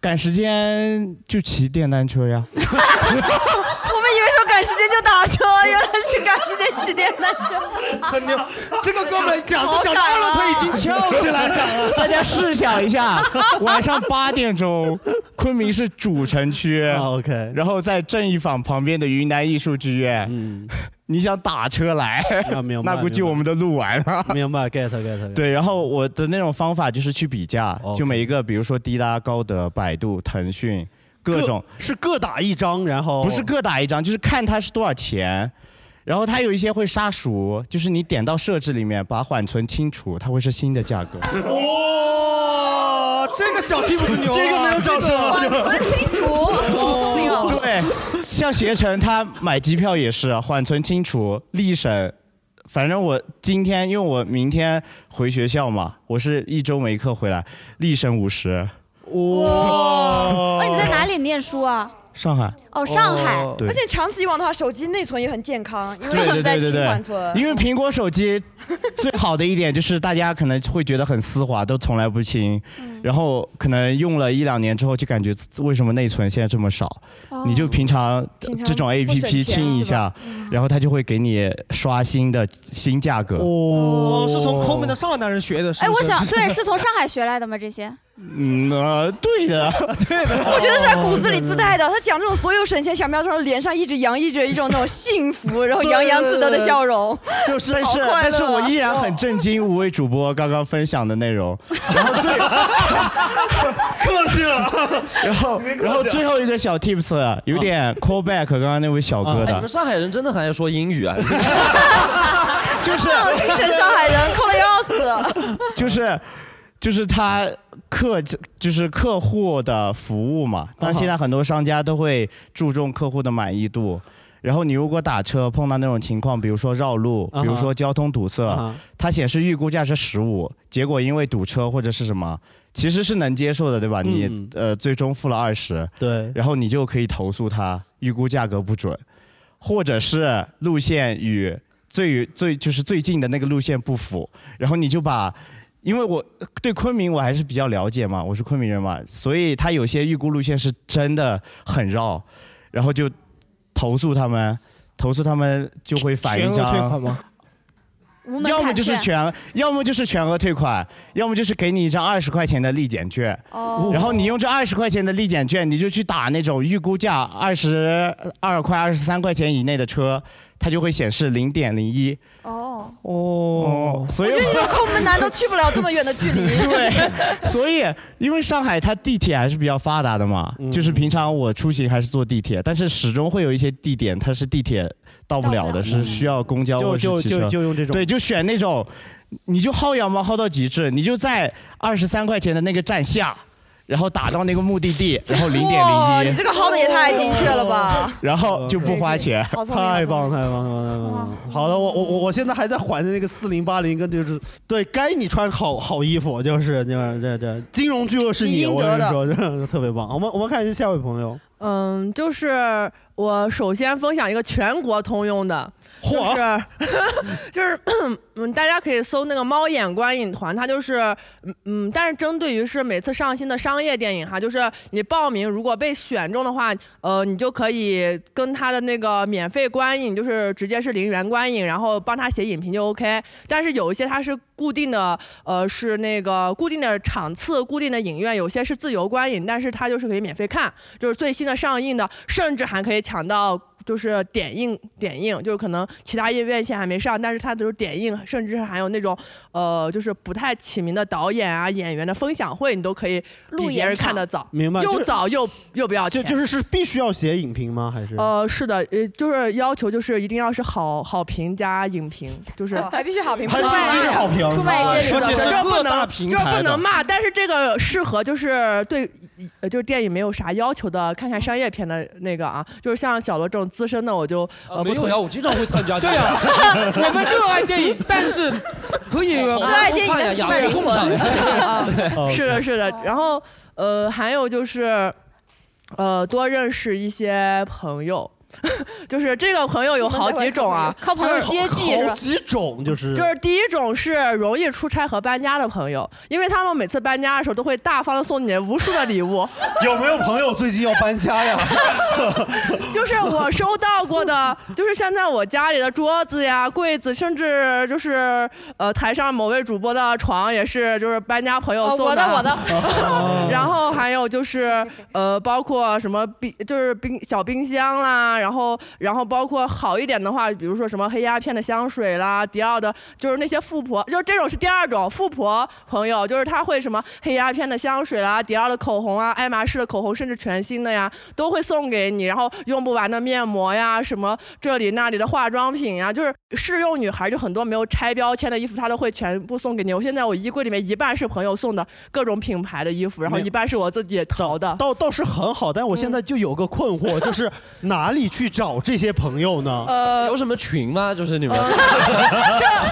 赶时间就骑电单车呀。 我们以为说赶时间就打车，原来是赶时间骑电单车。 很牛，这个哥们儿讲着讲着二郎腿已经啊翘起来了。大家试想一下， 晚上八点钟，昆明市主城区、啊 OK，然后在正义坊旁边的云南艺术剧院，你想打车来，嗯啊明 白那估计我们都录完了。明白，get get。对，然后我的那种方法就是去比价 OK 就每一个，比如说滴答、高德、百度、腾讯，各种是各打一张，然后不是各打一张，就是看它是多少钱。然后它有一些会杀熟，就是你点到设置里面把缓存清除，它会是新的价格。哦，这个小 tips 牛啊，这个没有掌声啊这个缓存清除哦重要对，像携程他买机票也是缓存清除、立审，反正我今天因为我明天回学校嘛，我是一周没课回来，立审五十。哇！哎，你在哪里念书啊？上海哦，上海。对而且长此以往的话，手机内存也很健康，因为对一直对在对对清对缓存。因为苹果手机最好的一点就是大家可能会觉得很丝滑，都从来不清，嗯然后可能用了一两年之后就感觉自为什么内存现在这么少，哦你就平常平常这种不 A 省 P 钱 P 清一是吧下，嗯然后它就会给你刷新的新价格。哦，是从抠门的上海男人学的。是哎，不我是 想，对，是从上海学来的吗？这些？嗯，呃对的，对的。我觉得是在骨子里自带的。他讲这种所有省钱小妙招，脸上一直洋溢着一种那种幸福，然后洋洋自得的笑容。就是，但好是快乐啊但是我依然很震惊五位主播刚刚分享的内容，然后最客气了，然 后啊啊然后最后一个小 tips 有点 call back 刚刚那位小哥哎的你们，上海人真的很爱说英语啊！ 就是这种精神上海人，抠的要死。 就是就是他客就是客户的服务啊嘛，但现在很多商家都会注重客户的满意度。然后你如果打车碰到那种情况，比如说绕路，嗯啊哼比如说交通堵塞嗯哼它显示预估价是十五，结果因为堵车或者是什么，其实是能接受的，对吧？你、嗯呃最终付了二十，对，然后你就可以投诉他预估价格不准，或者是路线与最最就是最近的那个路线不符，然后你就把。因为我对昆明我还是比较了解嘛，我是昆明人嘛，所以他有些预估路线是真的很绕，然后就投诉他们，投诉他们就会反映全额张退款吗？无门要槛么就是券全，要么就是全额退款，要么就是给你一张二十块钱的立减券。哦然后你用这二十块钱的立减券，你就去打那种预估价二十二块、二十三块钱以内的车，它就会显示零点零一。哦。哦，所以我觉得这种抠门男都去不了这么远的距离。 对，所以，因为上海它地铁还是比较发达的嘛，就是平常我出行还是坐地铁，但是始终会有一些地点它是地铁到不了的，是需要公交就或者就是汽车就就用这种对，就选那种，你就薅羊毛薅到极致，你就在二十三块钱的那个站下，然后打到那个目的地，然后零点哇，零你一这，个薅的也太精确了哦吧！然后就不花钱，啊好 聪明太棒了，太棒了，太棒了！好的，我我我我现在还在怀念那个四零八零，跟就是对该你穿好好衣服，就是就是这这金融巨鳄是你你，应我得跟你的说，这特别棒。我们我们看一下下一位朋友，嗯，就是我首先分享一个全国通用的，就是就是嗯，大家可以搜那个猫眼观影团，它就是嗯嗯，但是针对于是每次上新的商业电影哈，就是你报名如果被选中的话，呃，你就可以跟他的那个免费观影，就是直接是零元观影，然后帮他写影评就 OK。但是有一些它是固定的，呃，是那个固定的场次、固定的影院，有些是自由观影，但是它就是可以免费看，就是最新的上映的，甚至还可以抢到。就是点映，点映就是可能其他院院线还没上，但是它都是点映，甚至还有那种呃，就是不太起名的导演啊、演员的分享会，你都可以比路别演人看场得早，明白就又是早又又不要就钱，就是是必须要写影评吗？还是呃，是的，呃，就是要求就是一定要是好好评加影评，就是哦还必须好评不能还必须是好评出卖一些是流的，量是的这各不大能平这台不的能骂，但是这个适合就是对，呃，就是电影没有啥要求的，看看商业片的那个啊，就是像小罗这种资深的，我就呃不没有推呀，我经常会参加。对呀、啊 我们热爱电影，但是可以哦啊热爱电影但是卖灵魂 啊哦是的，是的。然后呃，还有就是呃，多认识一些朋友。就是这个朋友有好几种啊，靠朋友就是接济是吧好几种就是就是第一种是容易出差和搬家的朋友，因为他们每次搬家的时候都会大方的送你无数的礼物。 有没有朋友最近要搬家呀？ 就是我收到过的，就是现在我家里的桌子呀、柜子，甚至就是呃台上某位主播的床，也是就是搬家朋友哦送啊我的我的然后还有就是呃，包括什么冰，就是冰小冰箱啦，然后然后包括好一点的话，比如说什么黑鸦片的香水啦，迪奥的，就是那些富婆，就是这种是第二种富婆朋友，就是他会什么黑鸦片的香水啦，迪奥的口红啊，爱马仕的口红，甚至全新的呀，都会送给你，然后用不完的面膜呀，什么这里那里的化妆品呀，就是试用女孩就很多没有拆标签的衣服，她都会全部送给你。我现在我衣柜里面一半是朋友送的各种品牌的衣服，然后没有一半是我自己淘的。嗯倒倒是很好，但我现在就有个困 惑，就是哪里去找这些朋友呢？呃，有什么群吗？ 就是你们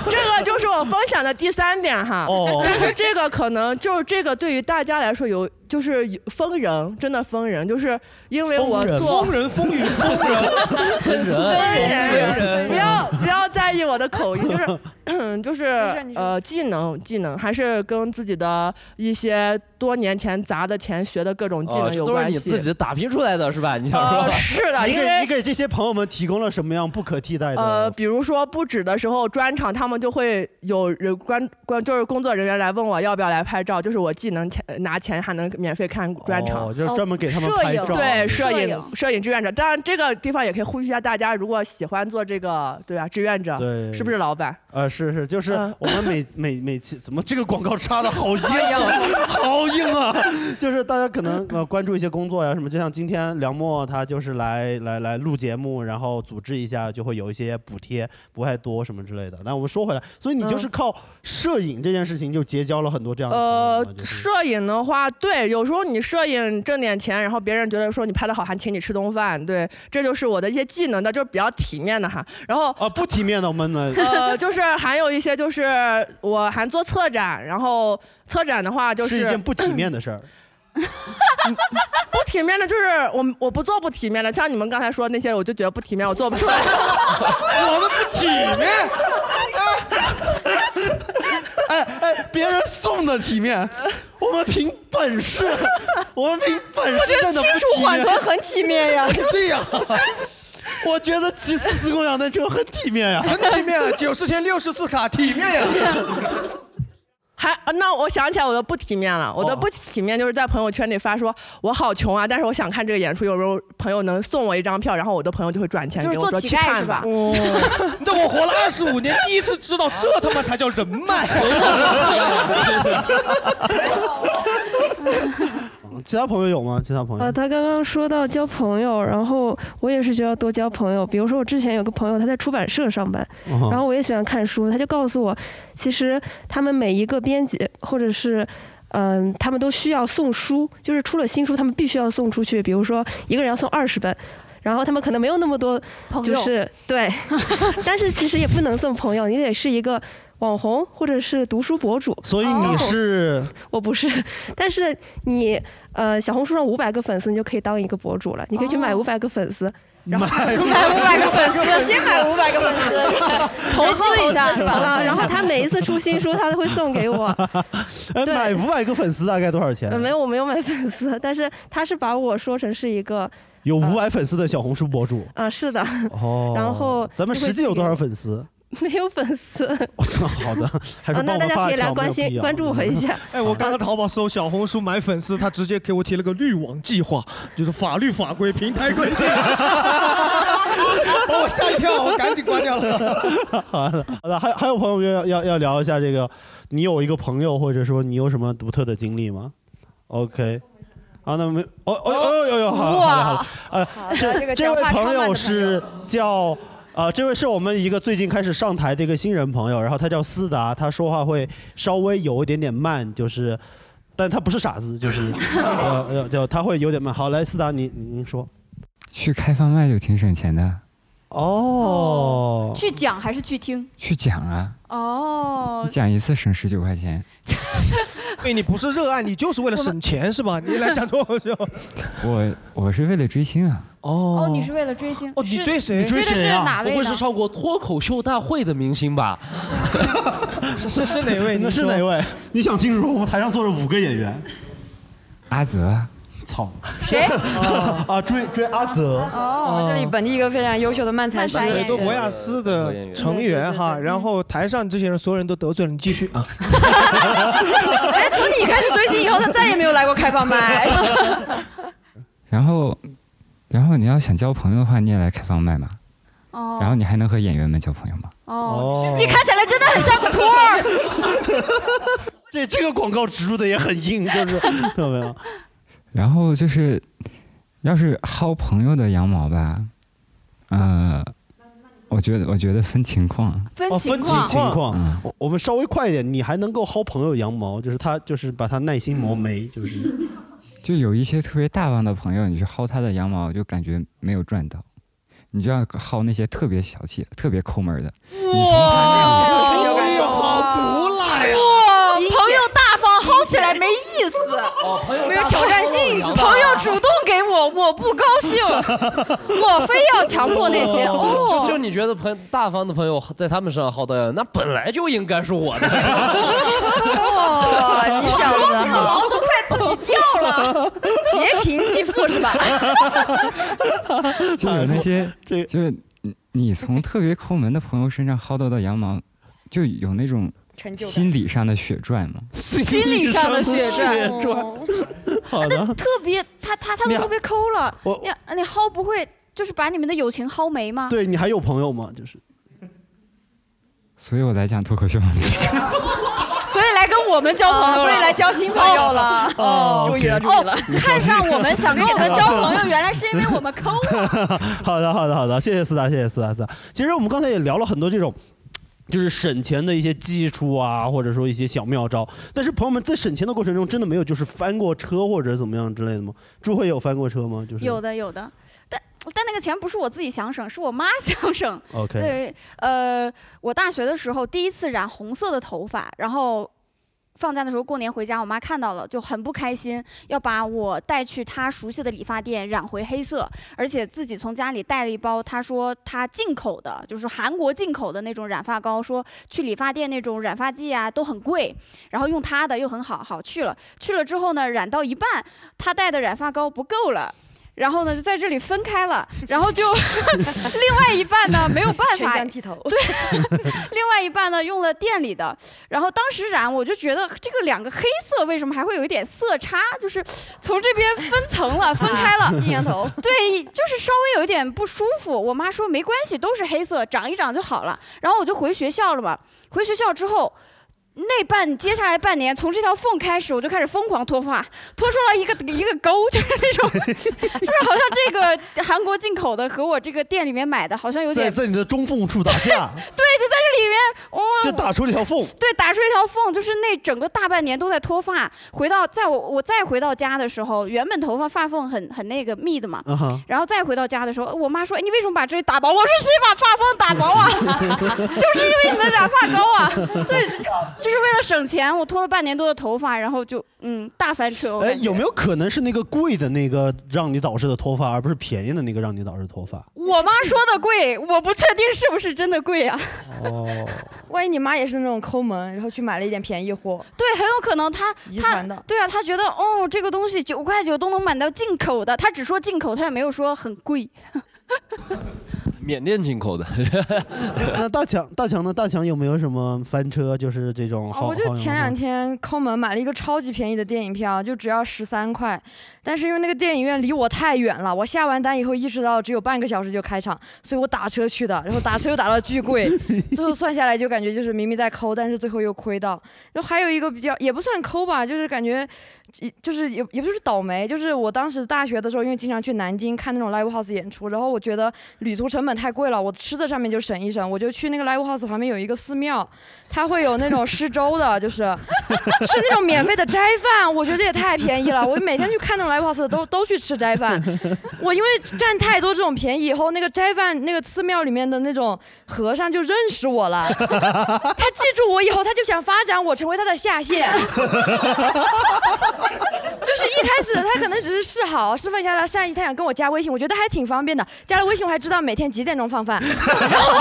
这个就是我分享的第三点哈。哦但是这个可能就是这个对于大家来说有就是有分人，真的分人，就是因为我做疯人风雨疯人分人疯人不要不要在意我的口音，就是就是 呃技能技能还是跟自己的一些多年前砸的钱学的各种哦技能有哦都是关你系。自己打拼出来的是吧？你想说、呃是的你因为给你给这些朋友们提供了什么样不可替代的？呃，比如说布置的时候，专场他们就会有人关关，就是工作人员来问我要不要来拍照，就是我既能钱拿钱，还能免费看专场，哦就是专门给他们拍照啊对，摄摄影影摄影志愿者。当然，这个地方也可以呼吁一下大家，如果喜欢做这个，对啊，志愿者，对是不是老板？呃，是是，就是我们每每每期怎么这个广告插的好嗯硬 啊哎呀，好硬啊！ 就是大家可能呃关注一些工作呀什么，就像今天梁墨他就是来来来录节目，然后组织一下就会有一些补贴，不太多什么之类的。那我们说回来，所以你就是靠摄影这件事情就结交了很多这样的嗯呃，摄影的话，对，有时候你摄影挣点钱，然后别人觉得说你拍的好，还请你吃顿饭，对，这就是我的一些技能的，就是比较体面的哈。然后啊，不体面的我们呢，呃，就是还有一些就是我还做策展，然后策展的话就是嗯一件不体面的事儿。不体面的，就是我们我不做不体面的，像你们刚才说的那些，我就觉得不体面，我做不出来。 我们不体面。哎哎，别人送的体面，我们凭 本事，我们凭本事真的不体面。对呀、我觉得骑四四共享单车很体面呀、很体面，九十天六十四卡，体面呀。 还啊那我想起来我的不体面了，哦我的不体面就是在朋友圈里发说我好穷啊，但是我想看这个演出，有没有朋友能送我一张票？然后我的朋友就会转钱就是给我做说乞去丐看是吧吧。哦 这我活了二十五年，第一次知道这他妈才叫人脉。其他朋友有吗？其他朋友啊，他刚刚说到交朋友，然后我也是觉得要多交朋友。比如说，我之前有个朋友，他在出版社上班，哦嗯哼然后我也喜欢看书，他就告诉我，其实他们每一个编辑或者是。嗯，他们都需要送书，就是出了新书，他们必须要送出去。比如说，一个人要送二十本，然后他们可能没有那么多，朋就友是对， 但是其实也不能送朋友，你得是一个网红或者是读书博主。所以哦你是我不是， 但是你呃，小红书上五百个粉丝，你就可以当一个博主了，你可以哦去买五百个粉丝。然后 买500个粉丝先买500个粉丝投资一 下是吧啊，然后他每一次出新书，他都会送 给我。哎，买五百个粉丝大概多少钱呃？没有，我没有买粉丝，但是他是把我说成是一个，有五百粉丝的小红书博主。啊、是的。哦，然后咱们就会实际有寄多少粉丝？给我？ 没有粉丝。好的，还是啊那帮我大们家发可一以来条关心没有必要关注我一下 哎，我刚刚淘宝搜小红书买粉丝，他直接给我提了个滤网计划，就是法律法规、平台规定， 把我吓一跳，我赶紧关掉了。 好的，好的，还还有朋友要要要聊一下这个，你有一个朋友，或者说你有什么独特的经历吗？OK，啊，那没，哦哦哦哟哟，好了好了好了，呃好，的这这个这位讲话超朋慢的友朋是叫。啊、这位是我们一个最近开始上台的一个新人朋友，然后他叫思达，他说话会稍微有一点点慢，就是，但他不是傻子，就是， 呃呃，就他会有点慢。好，来，思达，你你您说。 去开放麦就挺省钱的，哦去讲还是去听？去讲啊，哦你，讲一次省十九块钱。对你不是热爱，你就是为了省钱是吧？你来讲脱口秀。我我是为了追星啊。哦，哦你是为了追星？哦你是追谁你追追的是谁啊哪位不呢？会是上过脱口秀大会的明星吧？是是是哪位？ 那是哪位？你想清楚，我们台上坐着五个演员。阿泽，操！谁？哦 啊，追追阿泽。哎哦，这里本地一个非常优秀的漫才师，对，做博雅斯的成员哈，然后台上这些人所有人都得罪了，你继续啊。 哎，从你开始追星以后，他再也没有来过开放麦。 然后然后你要想交朋友的话，你也来开放麦嘛。哦然后你还能和演员们交朋友吗？哦，你看起来真的很像个托儿。 这这个广告植入的也很硬， 就是看到没有？ 然后就是，要是薅朋友的羊毛吧，呃，我觉得我觉得分情况，哦分情况，嗯我我们稍微快一点，你还能够薅朋友羊毛，就是他就是把他耐心磨没，就是 就有一些特别大方的朋友，你去薅他的羊毛，就感觉没有赚到。你就要薅那些特别小气、特别抠门 的，你从他身上好毒辣呀！哇，朋友大方，薅起来没意思，哎没有挑战性是吧？朋友主动给我，我不高兴，我非要强迫 那些哦。就就你觉得朋大方的朋友在他们身上薅的，那本来就应该是我 的。哇，哦你小子毛都快自己掉 了，劫贫济富是吧？ 就有那些，就是你你从特别抠门的朋友身上薅到的羊毛，就有那种成就感心理上的血赚嘛。心理上的血赚。哦好的，特别他他他你们还特别抠了我，你你薅不会就是把你们的友情薅没吗？对你还有朋友吗？就是所以我来讲脱口秀。所以来跟我们交朋友了哦所以来交新朋友了。 哦注意了注意了哦看上我们 想跟我们交朋友，原来是因为我们 抠啊。好的，好的，好的，谢谢思达，谢谢思达，思达。其实我们刚才也聊了很多这种。就是省钱的一些基础啊，或者说一些小妙招。但是朋友们在省钱的过程中，真的没有就是翻过车或者怎么样之类的吗？朱慧有翻过车吗？就是有的有的，但但那个钱不是我自己想省，是我妈想省。 OK 对，呃，我大学的时候第一次染红色的头发，然后。放假的时候，过年回家，我妈看到了就很不开心，要把我带去她熟悉的理发店染回黑色，而且自己从家里带了一包，她说她进口的，就是韩国进口的那种染发膏，说去理发店那种染发剂啊都很贵，然后用她的又很好，好去了，去了之后呢，染到一半，她带的染发膏不够了。然后呢，就在这里分开了，然后就 另外一半呢没有 办全法，相剃头对，另外一半呢用了店里的。然后当时染，我就觉得这个两个黑色为什么还会有一点色差？就是从这边分层了，分开了，阴阳头对，就是稍微有一点不舒服。我妈说没关系，都是黑色，长一长就好了。然后我就回学校了嘛。回学校之后。那半接下来半年，从这条缝开始，我就开始疯狂脱发，脱出了一个一个沟，就是那种， 就是好像这个韩国进口的和我这个店里面买的好像有在点在你的中缝处打 架，对，就在这里面，哦，就打出了一条缝对，打出一条缝，就是那整个大半年都在脱发。回到在我我再回到家的时候，原本头发发缝很很那个密的嘛啊哈然后再回到家的时候，我妈说：“哎，你为什么把这里打薄？”我说：“谁把发缝打薄啊？ 就是因为你的染发膏啊， 对，就是为了省钱，我拖了半年多的头发，然后就嗯大翻车。我哎，感觉有没有可能是那个贵的那个让你导致的脱发，而不是便宜的那个让你导致脱发？我妈说的贵，我不确定是不是真的贵啊。哦，万一你妈也是那种抠门，然后去买了一点便宜货，对，很有可能他遗他传的对啊，他觉得哦，这个东西九块九都能买到进口的，他只说进口，他也没有说很贵。缅甸进口的， 那大强大强呢？大强有没有什么翻车？就是这种哦好，哦我好就用前的两天抠门买了一个超级便宜的电影票，就只要十三块，但是因为那个电影院离我太远了，我下完单以后意识到只有半个小时就开场，所以我打车去的，然后打车又打到巨贵， 最后算下来就感觉就是明明在抠，但是最后又亏到。然后还有一个比较也不算抠吧，就是感觉。就是也也不是倒霉，就是我当时大学的时候，因为经常去南京看那种 live house 演出，然后我觉得旅途成本太贵了，我吃的上面就省一省，我就去那个 live house 旁边有一个寺庙，它会有那种施粥的，就是吃那种免费的斋饭，我觉得也太便宜了。我每天去看那种 live house 都都去吃斋饭，我因为占太多这种便宜以后，那个斋饭那个寺庙里面的那种和尚就认识我了，他记住我以后，他就想发展我成为他的下线。 就是一开始他可能只是示好，示范一下他的善意，他想跟我加微信，我觉得还挺方便的。加了微信，我还知道每天几点钟放饭。然后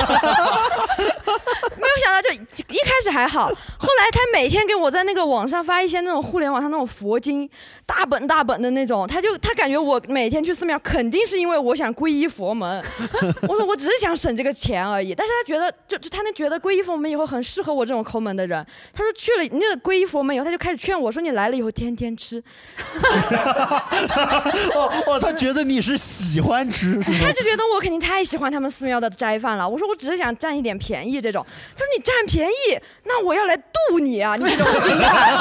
没有想到，就一开始还好，后来他每天给我在那个网上发一些那种互联网上那种佛经，大本大本的那种，他就他感觉我每天去寺庙肯定是因为我想皈依佛门。 我说我只是想省这个钱而已，但是他觉得就就他能觉得皈依佛门以后很适合我这种抠门的人。他说去了那个皈依佛门以后，他就开始劝我说你来了以后天天吃。 哦哦，他觉得你是喜欢吃，是吗？哎他就觉得我肯定太喜欢他们寺庙的斋饭了。我说我只是想占一点便宜这种。他说你占便宜，那我要来度你啊！你这种 心态，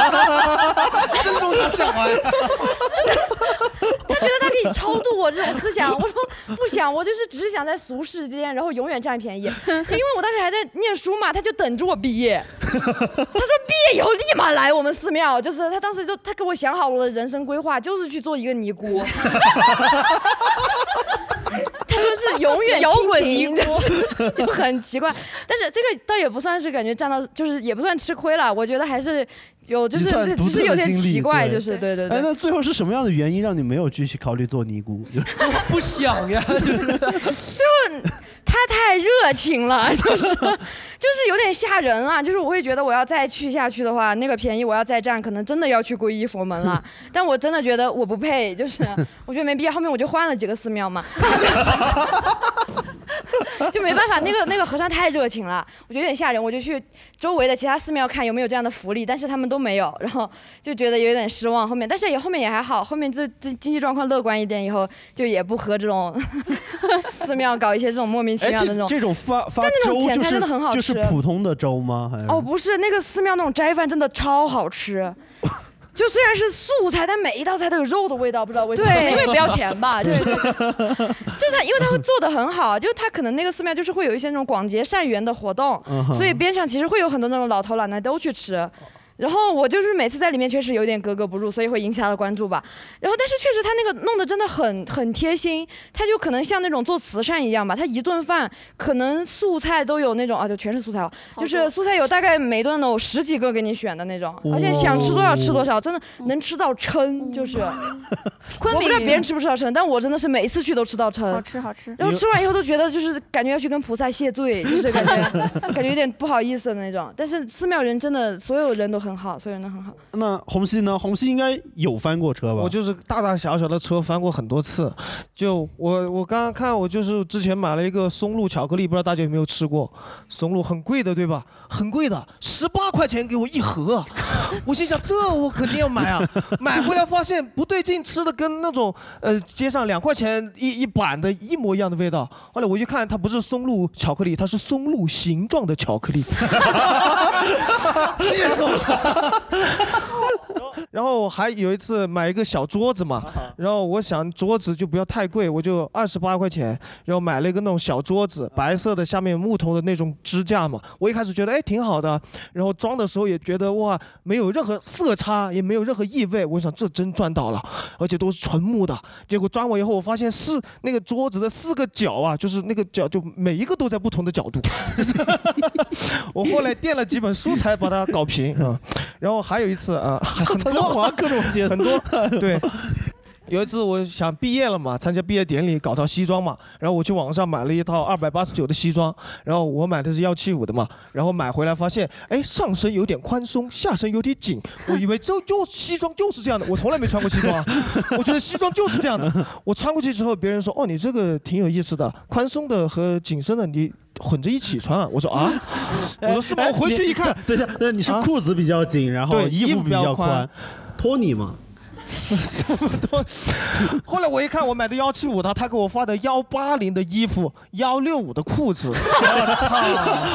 真中他下怀就是他觉得他可以超度我这种思想。我说不想，我就是只是想在俗世间，然后永远占便宜。因为我当时还在念书嘛，他就等着我毕业。他说毕业以后立马来我们寺庙，就是他当时就他给我想好了人生规划，就是去做一个尼姑。 他就是永 远摇滚清尼姑贫就是就很奇怪。但是这个倒也不算是感觉占到，就是也不算吃亏了。我觉得还是有，就一段是独只特是的有点经历奇怪，就是对对哎，那对。最后是什么样的原因让你没有继续考虑做尼姑？就是不想呀， 就是就他太热情 了，就是就是有点吓人了。就是我会觉得我要再去下去的话，那个便宜我要再占，可能真的要去皈依佛门了。 但我真的觉得我不配，就是我觉得没必要。后面我就换了几个寺庙嘛， 就没办法。那个那个和尚太热情了，我觉得有点吓人。我就去周围的其他寺庙看有没有这样的福利，但是他们都没有，然后就觉得有点失望。后面但是也后面也还好，后面就经经济状况乐观一点以后，就也不和这种 寺庙搞一些这种莫名其哎，妙的这这种发发但那种粥简就餐是真的很好吃，就是普通的粥吗？还是哦，不是，那个寺庙那种斋饭真的超好 吃。就虽然是素菜，但每一道菜都有肉的味道，不知道为什么，对因为不要钱 吧，就是，就是它，因为它会做的很好，就是它可能那个寺庙就是会有一些那种广结善缘的活动，嗯哼哦所以边上其实会有很多那种老头老奶都去吃。然后我就是每次在里面确实有点格格不入，所以会引起他的关注吧。然后但是确实他那个弄得真的很很贴心，他就可能像那种做慈善一样吧，他一顿饭可能素菜都有那种啊，就全是素菜哦，就是素菜有大概每顿有十几个给你选的那种，而且想吃多少吃多少，真的能吃到撑， 就是。我不知道别人吃不吃到撑，但我真的是每一次去都吃到撑，好吃好吃。然后吃完以后都觉得就是感觉要去跟菩萨谢罪，就是感觉感觉有点不好意思的那种。但是寺庙人真的所有人都很好，所有人都很好。那红西 呢？红西应该有翻过车吧？我就是大大小小的车翻过很多次，就我我刚刚看我就是之前买了一个松露巧克力，不知道大家有没有吃过？松露很贵的对吧？很贵的，十八块钱给我一盒， 我心想这我肯定要买啊！ 买回来发现不对劲，吃的跟那种呃街上两块钱一一板的一模一样的味道。后来我一看，它不是松露巧克力，它是松露形状的巧克力。啊 谢谢然后我还有一次买一个小桌子嘛，然后我想桌子就不要太贵，我就二十八块钱，然后买了一个那种小桌子，白色的，下面木头的那种支架嘛。我一开始觉得哎挺好的，然后装的时候也觉得哇没有任何色差，也没有任何异味，我想这真赚到了，而且都是纯木的。结果装完以后，我发现四那个桌子的四个角啊，就是那个角就每一个都在不同的角度， 我后来垫了几本书才把它搞平啊。然后还有一次啊， 很多各种节 很多对。有一次我想毕业了嘛，参加毕业典礼，搞套西装嘛，然后我去网上买了一套二百八十九的西装，然后我买的是幺七五的嘛，然后买回来发现，哎，上身有点宽松，下身有点紧，我以为就就西装就是这样的，我从来没穿过西装啊，我觉得西装就是这样的，我穿过去之后，别人说，哦，你这个挺有意思的，宽松的和紧身的你混着一起穿啊，我说啊，我说是吗？哎我回去一看，你等一下，那你是啊裤子比较紧，然后对衣衣服比服比较较宽宽，托尼嘛。什么东西？ 后来我一看，我买的幺七五的，他给我发的幺八零的衣服，幺六五的裤子，我操！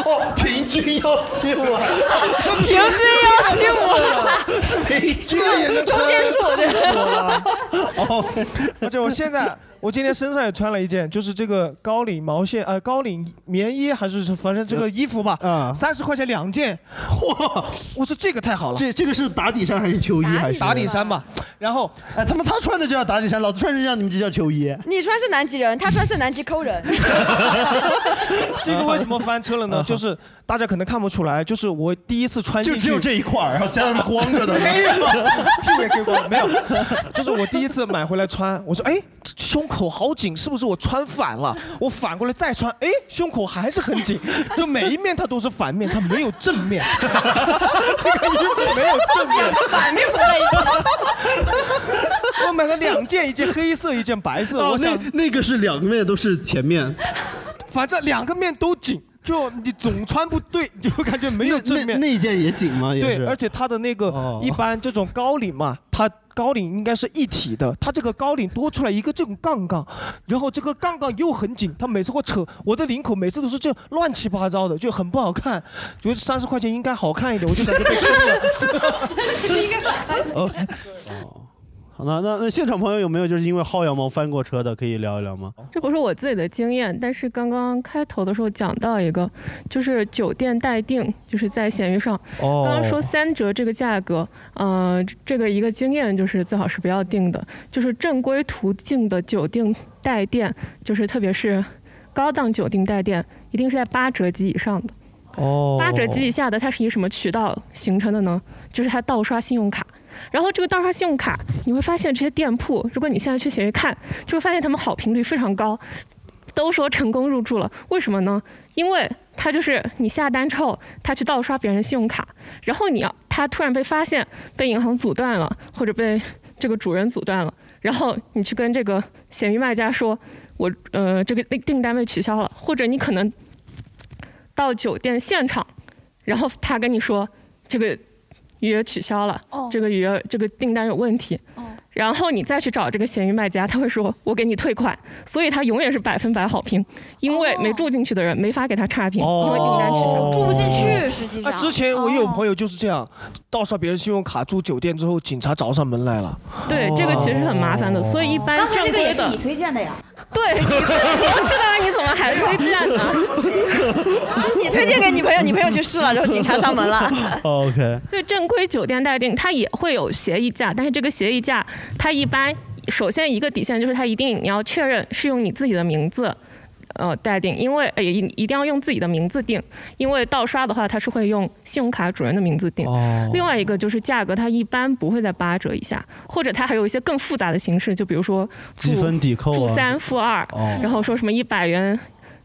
哦，平均幺七啊五，平均175是平均啊这中间数气这死我了。哦，而且我现在，我今天身上也穿了一件，就是这个高领毛线，呃，高领棉衣还是反正这个衣服吧，三十块钱两件，嗯哇！我说这个太好了，这这个是打底衫还是秋衣还是打底衫吧？然后，哎，他们他穿的就叫打底衫，老子穿的这样，你们就叫秋衣。你穿是南极人，他穿是南极抠人。 这个为什么翻车了呢？就是大家可能看不出来，就是我第一次穿进去就只有这一块儿然后其他都是光着的 没有，屁股也可以光，没有，就是我第一次买回来穿，我说哎，这胸口好紧，是不是我穿反了？我反过来再穿，哎，胸口还是很紧， 就每一面它都是反面，它没有正面， 这个衣服没有正面，反面不在一 起。我买了两件，一件黑色，一件白色，哦我，想那那个是两个面都是前面，反正两个面都紧，就你总穿不对，你就感觉没有 正面。那那件也紧吗？也对，是哦而且它的那个一般这种高领嘛，它高领应该是一体的，它这个高领多出来一个这种杠杠，然后这个杠杠又很紧，它每次会扯我的领口，每次都是这样乱七八糟的，就很不好看。觉得三十块钱应 该好看一点，我就感觉被坑了。应该哦，那那那现场朋友有没有就是因为薅羊毛翻过车的，可以聊一聊吗？这不是我自己的经验，但是刚刚开头的时候讲到一个，就是酒店待定，就是在闲鱼上，哦刚刚说三折这个价格，呃，这个一个经验就是最好是不要定的，就是正规途径的酒店带店，就是特别是高档酒店带店，一定是在八折及以上的。哦八折及以下的，它是以什么渠道形成的呢？就是它盗刷信用卡。然后这个盗刷信用卡，你会发现这些店铺，如果你现在去闲鱼看，就会发现他们好评率非常高，都说成功入住了。为什么呢？因为他就是你下单之后，他去盗刷别人信用卡，然后你要他突然被发现，被银行阻断了，或者被这个主人阻断了，然后你去跟这个闲鱼卖家说，我呃这个订订单被取消了，或者你可能到酒店现场，然后他跟你说这个预约取消了，哦这个预约这个订单有问题。然后你再去找这个闲鱼卖家，他会说“我给你退款”，所以他永远是百分百好评，因为没住进去的人没法给他差评，因为订单取消，哦住不进去，实际哦啊，上。之前我也哦有朋友就是这样，盗刷别人信用卡住酒店之后，警察找上门来了。对，这个其实很麻哦烦的，所以一般刚才正这个也规是的你，推 荐的呀，对，哎你我知道你怎么还推荐呢？ 你推荐给你朋友，你朋友去试了，然后警察上门了。 OK，所以正规酒店待定，它也会有协议价，但是这个协议价，它一般首先一个底线就是它一定你要确认是用你自己的名字。呃，待定，因为呃一一定要用自己的名字定，因为盗刷的话，它是会用信用卡主人的名字定。哦另外一个就是价格，它一般不会在八折以下，或者它还有一些更复杂的形式，就比如说住积分抵扣啊住三付二，哦然后说什么一百元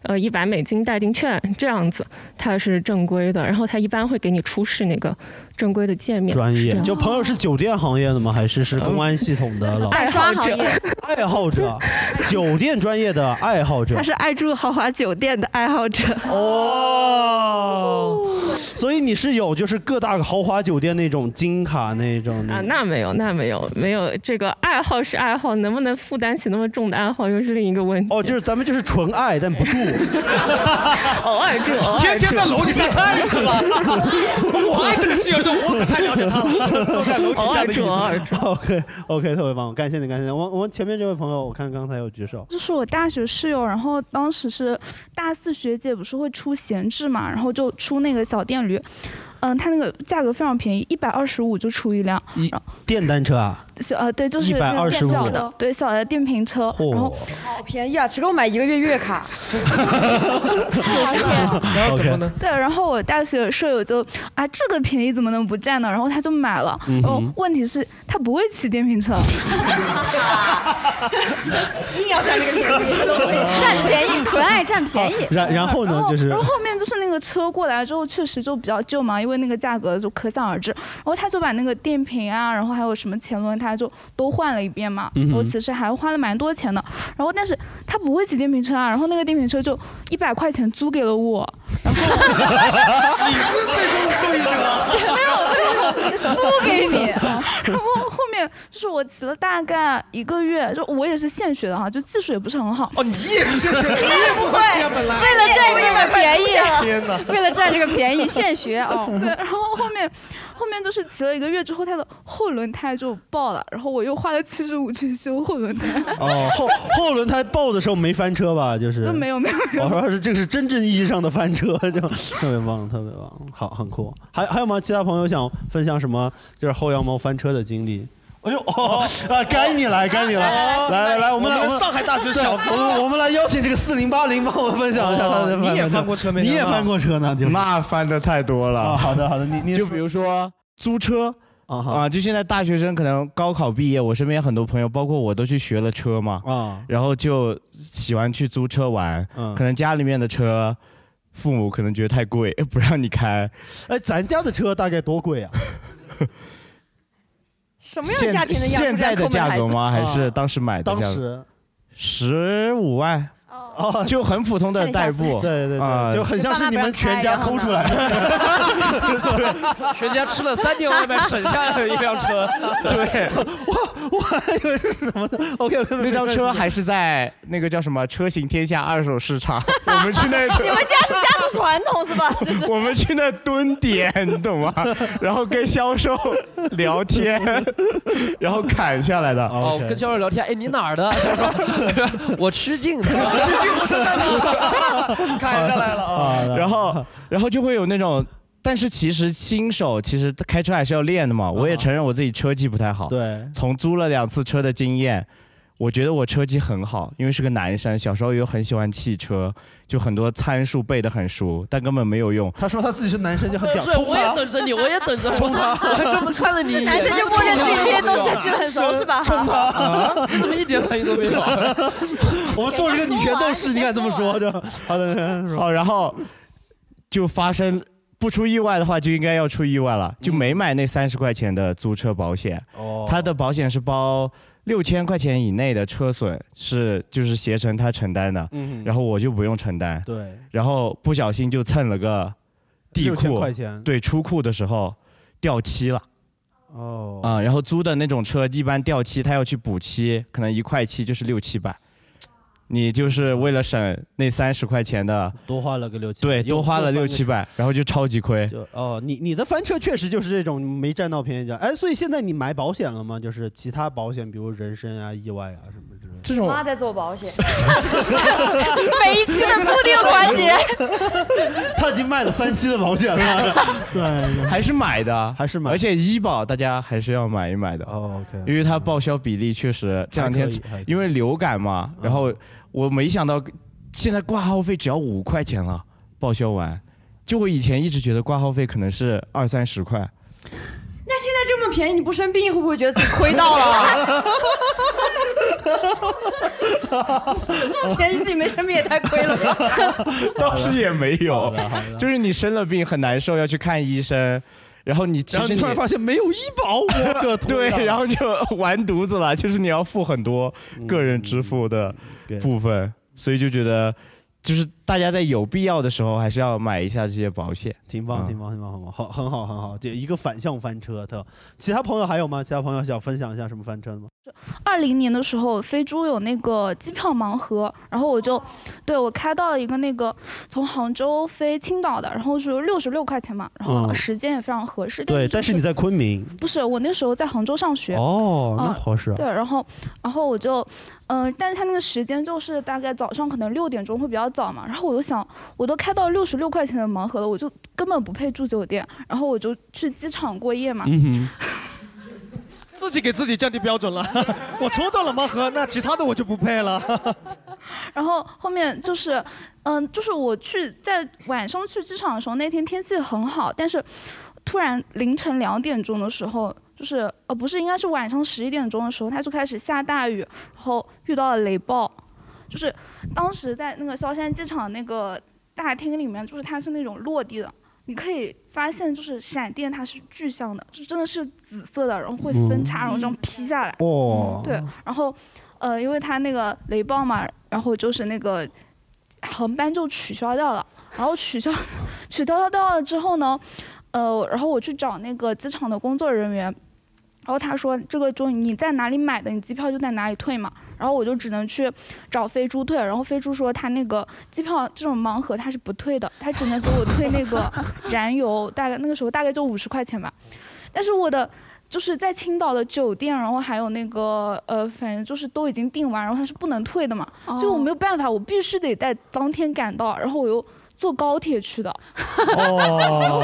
呃一百美金代金券这样子，它是正规的，然后它一般会给你出示那个正规的界面。专是这业样就朋友是酒店行业的吗？还是是公安系统的老？爱刷行业爱好者，酒店专业的爱好者他。是爱住豪华酒店的爱好者。哦， 所以你是有就是各大豪华酒店那种金卡那种啊，那没有，那没有，没有这个爱好是爱好，能不能负担起那么重的爱好又是另一个问题。哦，就是咱们就是纯爱，但 不住，偶尔住，偶尔住天天在楼底下看是 吧我爱这个室友就我可太了解他 了坐在楼底下的椅子偶尔 OK OK，特别棒，感谢你，感谢你。我我们前面这位朋友，我看刚才有举手，这是我大学室友，然后当时是大四学姐，不是会出闲置嘛，然后就出那个小电驴，嗯，它那个价格非常便宜，一百二十五就出一辆，一电单车啊，小呃对，就是那种125小的，对小的电瓶车，嚯然后好便宜啊，只够买一个月月卡。然后怎么呢？对，然后我大学舍友就啊，这个便宜怎么能不占呢？然后他就买了。嗯然后哼问题是，他不会骑电瓶车。硬要占这个便宜， 占便宜，纯爱占便宜。然然后呢就 是然后后面就是那个车过来之后，确实就比较旧嘛，因为那个价格就可想而知。然后他就把那个电瓶啊，然后还有什么前轮，他就都换了一遍嘛。嗯哼然后其实还花了蛮多钱的。然后但是他不会骑电瓶车啊，然后那个电瓶车就一百块钱租给了我。你是最终受益者。 没有，没有，租给你然后后面就是我骑了大概一个月，就我也是现学的哈，就技术也不是很好。哦，你也是现学的你也不会为了占这个便宜，天哪为了占这个便宜，现学哦。对，然后后面后面就是骑了一个月之后，它的后轮胎就爆了，然后我又花了七十五去修后轮胎。 哦，后后轮胎爆的时候没翻车吧？就是嗯就没有没有没有我说是这个是真正意义上的翻车， 就特别棒，特别棒，好，很酷。还还有吗？其他朋友想分享什么？就是后羊毛翻车的经历。哎呦，哦，啊，该你来，该你来，来来来，我们来，我们我们上海大学对小我们我们来邀请这个四零八零帮我们分享一下他的哦你也翻翻过车没你也想到翻过车呢？就那翻哦的太多了。啊好的好的你你就比如说租车啊就现在大学生可能高考毕业，我身边很多朋友，包括我都去学了车嘛啊，然后就喜欢去租车玩，嗯可能家里面的车，父母可能觉得太贵， 不让你开。哎，咱家的车大概多 贵啊？什么样家啊庭的样子现在的价格吗？还是当时买的价格？当时十五万哦，就很普通的代步，对对啊对，就很像是你们全 家抠 出来 的，全家吃了三天外卖，省下了一辆车。对，我我还以为是什么呢？OK OK， 那辆车还是在那个叫什么车行天下二手市 场，我们去那你们家是家族传统是吧？就是 我们去那蹲点，你 懂吗？然后跟销售聊天，然后砍下来的。哦，跟销售聊天，哎，你哪儿 的？销售，我吃惊， 吃惊不存在 的，砍下来了啊！哦然后然后就会有那种。但是其实新手其实开车还是要练的嘛，我也承认我自己车技不太好。啊对，从租了两次车的经验，我觉得我车技很好，因为是个男生，小时候又很喜欢汽车，就很多参数背得很熟，但根本没有用。他说他自己是男生就很屌，是，冲我也他！等着你，我也等着冲他我还专门看了你一眼。男生就摸着自己捏东西就很熟是吧？冲他！你怎么一点反应都没有？ 我们做这个女权斗士，你敢这么说？这好的，好，然后就发生不出意外的话，就应该要出意外了，就没买那三十块钱的租车保险。哦，它的保险是包六千块钱以内的车损，是就是携程他承担的，嗯哼然后我就不用承担。 对，然后不小心就蹭了个地6000库，块钱对，出库的时候掉漆了。哦，啊、然后租的那种车一般掉漆，他要去补漆，可能一块漆就是六七百。你就是为了省那三十块钱的，多花了个六七对，又多花了又六翻个七百，然后就超级亏。就 哦，你你的翻车确实就是这种没占到便宜的。哎，所以现在你买保险了吗？就是其他保险，比如人身啊、意外啊什么之类的。这我妈在做保险， 每一期的固定环节， 他已经卖了三期的保险 了。 对，还是买的，还是买。而且医保大家还是要买一买的。哦，OK。因为它报销比例确实这两天还可以还可以，嗯因为流感嘛，然后我没想到现在挂号费只要五块钱了，报销完。就我以前一直觉得挂号费可能是二三十 块，那现在这么便宜，你不生病会不会觉得自己亏到了？这么便宜自己没生病也太亏了吧？倒是也没有，就是你生了病很难受，要去看医生，然后你其然后实你突然发现没有医保，我的 对天啊，然后就完犊子了，就是你要付很多个人支付嗯的部分，所以就觉得就是大家在有必要的时候还是要买一下这些保险，挺棒，挺棒，挺棒，很棒，好，很好，很好。这一个反向翻车，特。其他朋友还有吗？其他朋友想分享一下什么翻车的吗？二零年的时候，飞猪有那个机票盲盒，然后我就，对我开到了一个那个从杭州飞青岛的，然后是六十六块钱嘛，然后嗯时间也非常合适。对，但是你在昆明。不是我那时候在杭州上学。哦，嗯那合适啊。对，然后，然后我就，嗯、但是他那个时间就是大概早上可能六点钟会比较早嘛，然后我就想，我都开到六十六块钱的盲盒了，我就根本不配住酒店，然后我就去机场过夜嘛。嗯自己给自己降低标准了。我抽到了盲盒，那其他的我就不配了。 然后后面就是，嗯，就是我去在晚上去机场的时候，那天天气很好，但是突然凌晨两点钟的时候，就是呃不是应该是晚上十一点钟的时候，它就开始下大雨，然后遇到了雷暴，就是当时在那个萧山机场那个大厅里面，就是它是那种落地的。你可以发现，就是闪电它是具象的，就真的是紫色的，然后会分叉，然后这样劈下来。嗯哦对，然后呃，因为它那个雷暴嘛，然后就是那个航班就取消掉了，然后取消取消掉了之后呢，呃，然后我去找那个机场的工作人员。然后他说：“这个就你在哪里买的，你机票就在哪里退嘛。”然后我就只能去找飞猪退。然后飞猪说他那个机票这种盲盒他是不退的，他只能给我退那个燃油，大概那个时候大概就五十块钱吧。但是我的就是在青岛的酒店，然后还有那个呃，反正就是都已经订完，然后它是不能退的嘛，所以我没有办法，我必须得在当天赶到，然后我又坐高铁去的。 哦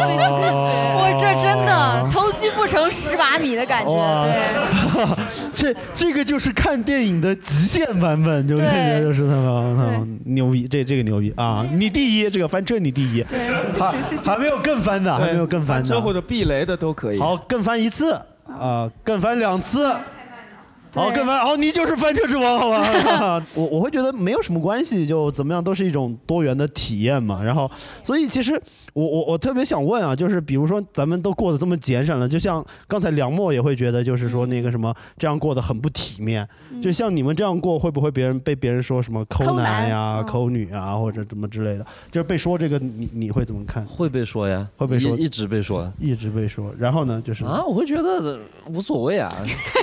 我这真的偷鸡不成蚀把米的感觉，哇对。，这这个就是看电影的极限版本，就感觉就是他们嗯牛逼，这这个牛逼啊！你第一，这个翻车你第一，还还没有更翻的，还没有更翻的，车或者避雷的都可以。好，更翻一次啊，更翻两次，好，对各位，好，你就是翻车之王，好吧？我我会觉得没有什么关系，就怎么样都是一种多元的体验嘛。然后，所以其实我我我特别想问啊，就是比如说咱们都过得这么节省了，就像刚才梁墨也会觉得，就是说那个什嗯么这样过得很不体面，就像你们这样过，会不会别人被别人说什么抠抠男嗯男呀、抠女啊，或者怎么之类的？就是被说这个，你你会怎么看？会被说呀，会被说一一直被说一直被说。然后呢，就是啊，我会觉得无所谓 啊。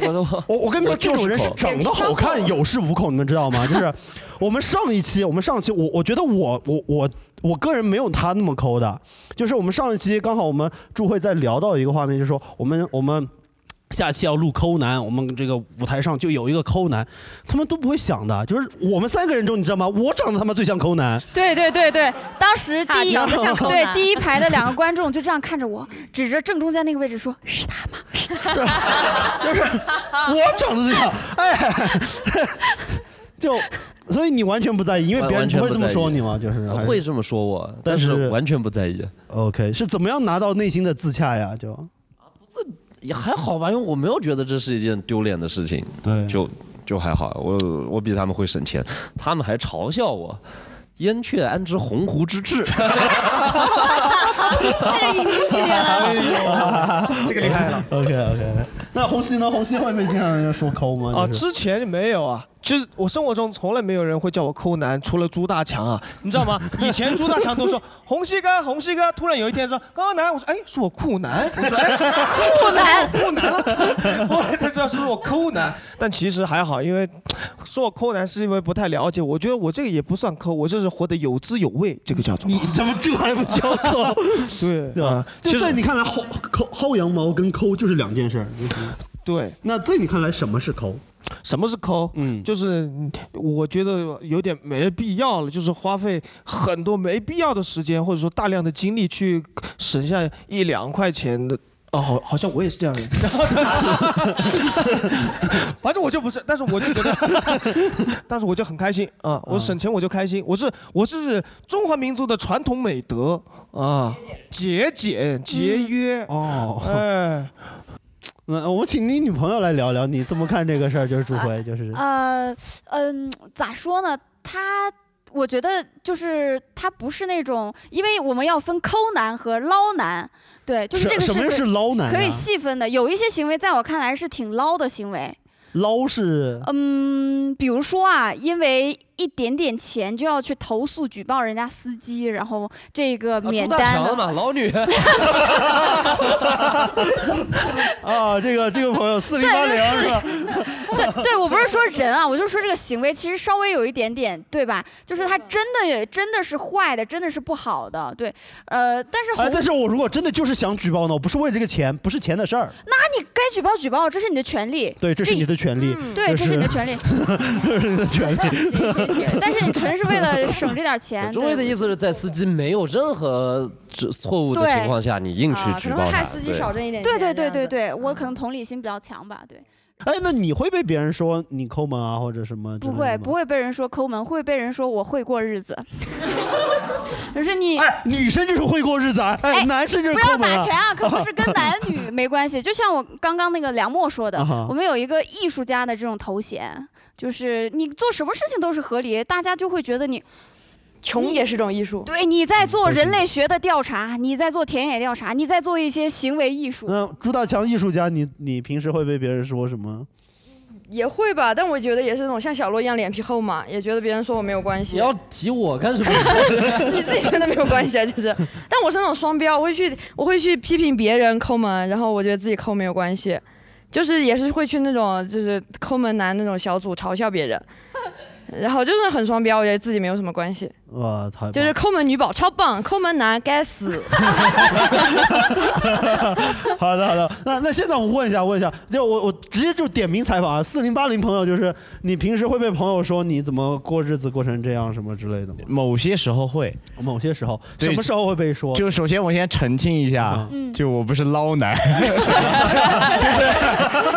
我我我跟你说，这种哎人是口长得好看，有恃无恐，你们知道吗？就是 我们上一期，我们上期，我我觉得我我我我个人没有他那么抠的，就是我们上一期刚好我们祝慧在聊到一个画面，就是说我们我们。下期要录抠男，我们这个舞台上就有一个抠男，他们都不会想的，就是我们三个人中，你知道吗？我长得他妈最像抠男，对对对对，当时第一 长得像抠对男第一排的两个观众就这样看着我，指着正中间那个位置说：“是他吗？是他吗？”就是我长得最像，哎， 就所以你完全不在意，因为别人完不全会这么在意说你吗？就是啊还是会这么说我，但但是是完全不在意。 OK，是怎么样拿到内心的自洽呀？就也还好吧，因为我没有觉得这是一件丢脸的事情，对，就就还好。我我比他们会省钱，他们还嘲笑我。燕雀安知鸿鹄 之志？ 但是已经听见了。 这个厉害了。OK OK，那红熙呢？红熙会被经常人说抠吗？啊，就是之前没有啊，就是我生活中从来没有人会叫我抠男，除了朱大强啊，你知道 吗？以前朱大强都说红西哥，红西哥，突然有一天说抠男，我说哎，是我酷男，我说哎，酷男酷男 了，后来才知道是我抠男，但其实还好，因为说我抠男是因为不太了解，我觉得我这个也不算抠，我就是活得有滋有味，这个叫做。你怎么这还不叫抠？对 对啊吧？就在你看来，薅抠薅羊毛跟抠就是两件事儿。对，那在你看来，什么是抠？什么是抠？嗯，就是我觉得有点没必要了，就是花费很多没必要的时间，或者说大量的精力去省下一两块钱的。哦，好，好像我也是这样的人。 反正我就不是，但是我就觉得， 但是我就很开心啊！我省钱我就开心，我是我是中华民族的传统美德啊，节哎俭节约哦，哎，那呃我们请你女朋友来聊聊，你怎么看这个事儿？就是朱辉，就是呃，嗯，咋说呢？他我觉得就是他不是那种，因为我们要分抠男和捞男，对，就是什这个什么可是捞男可以呀细分的。有一些行为在我看来是挺捞的行为，捞是嗯，比如说啊，因为一点点钱就要去投诉举报人家司机，然后这个免单的，嘛，老女。 啊，这个这个朋友四零啊八零是吧？ 对对，我不是说人啊，我就说这个行为其实稍微有一点点，对吧？就是他真的也真的是坏的，真的是不好的，对，呃，但是哎，红但是我如果真的就是想举报呢，我不是为这个钱，不是钱的事儿。那你该举报举报，这是你的权利，对，这是你的权利。对， 这是你的权利，这是你的权 利但是你纯是为了省这点 钱，中卫的对意思是在司机没有任何这错误的对情况下，你硬去啊举可能报会他。害司机对少挣一点钱对对这对样对子对，我可能同理心比较强吧，对。哎，那你会被别人说你抠门啊，或者什么之不类的吗？会，不会被人说抠门，会被人说我会过日子。 就是你，哎，女生就是会过日子啊，哎，男生就是不要抠门打啊。拳 啊，可不是跟男女没关系。就像我刚刚那个梁墨说的啊哈，我们有一个艺术家的这种头衔，就是你做什么事情都是合理，大家就会觉得你。穷也是种艺术。对，你在做人类学的调查，你在做田野调查，你在做一些行为艺术。那朱大强艺术家，你你平时会被别人说什么？也会吧，但我觉得也是那种像小洛一样脸皮厚嘛，也觉得别人说我没有关系。你要提我干什么？ 你自己觉得没有关系啊，就是。 但我是那种双标，我会去我会去批评别人抠门，然后我觉得自己抠没有关系，就是也是会去那种就是抠门男那种小组嘲笑别人， 然后就是很双标，我觉得自己没有什么关系。 哇，太棒就是抠门女宝超棒，抠门男该死。好的好的。那那现在我问一下问一下，就我我直接就点名采访啊，四零八零朋友，就是你平时会被朋友说你怎么过日子过成这样什么之类的吗？某些时候会，某些时候，对什么时候会被说？嗯就首先我先澄清一下，就我不是捞男， 就是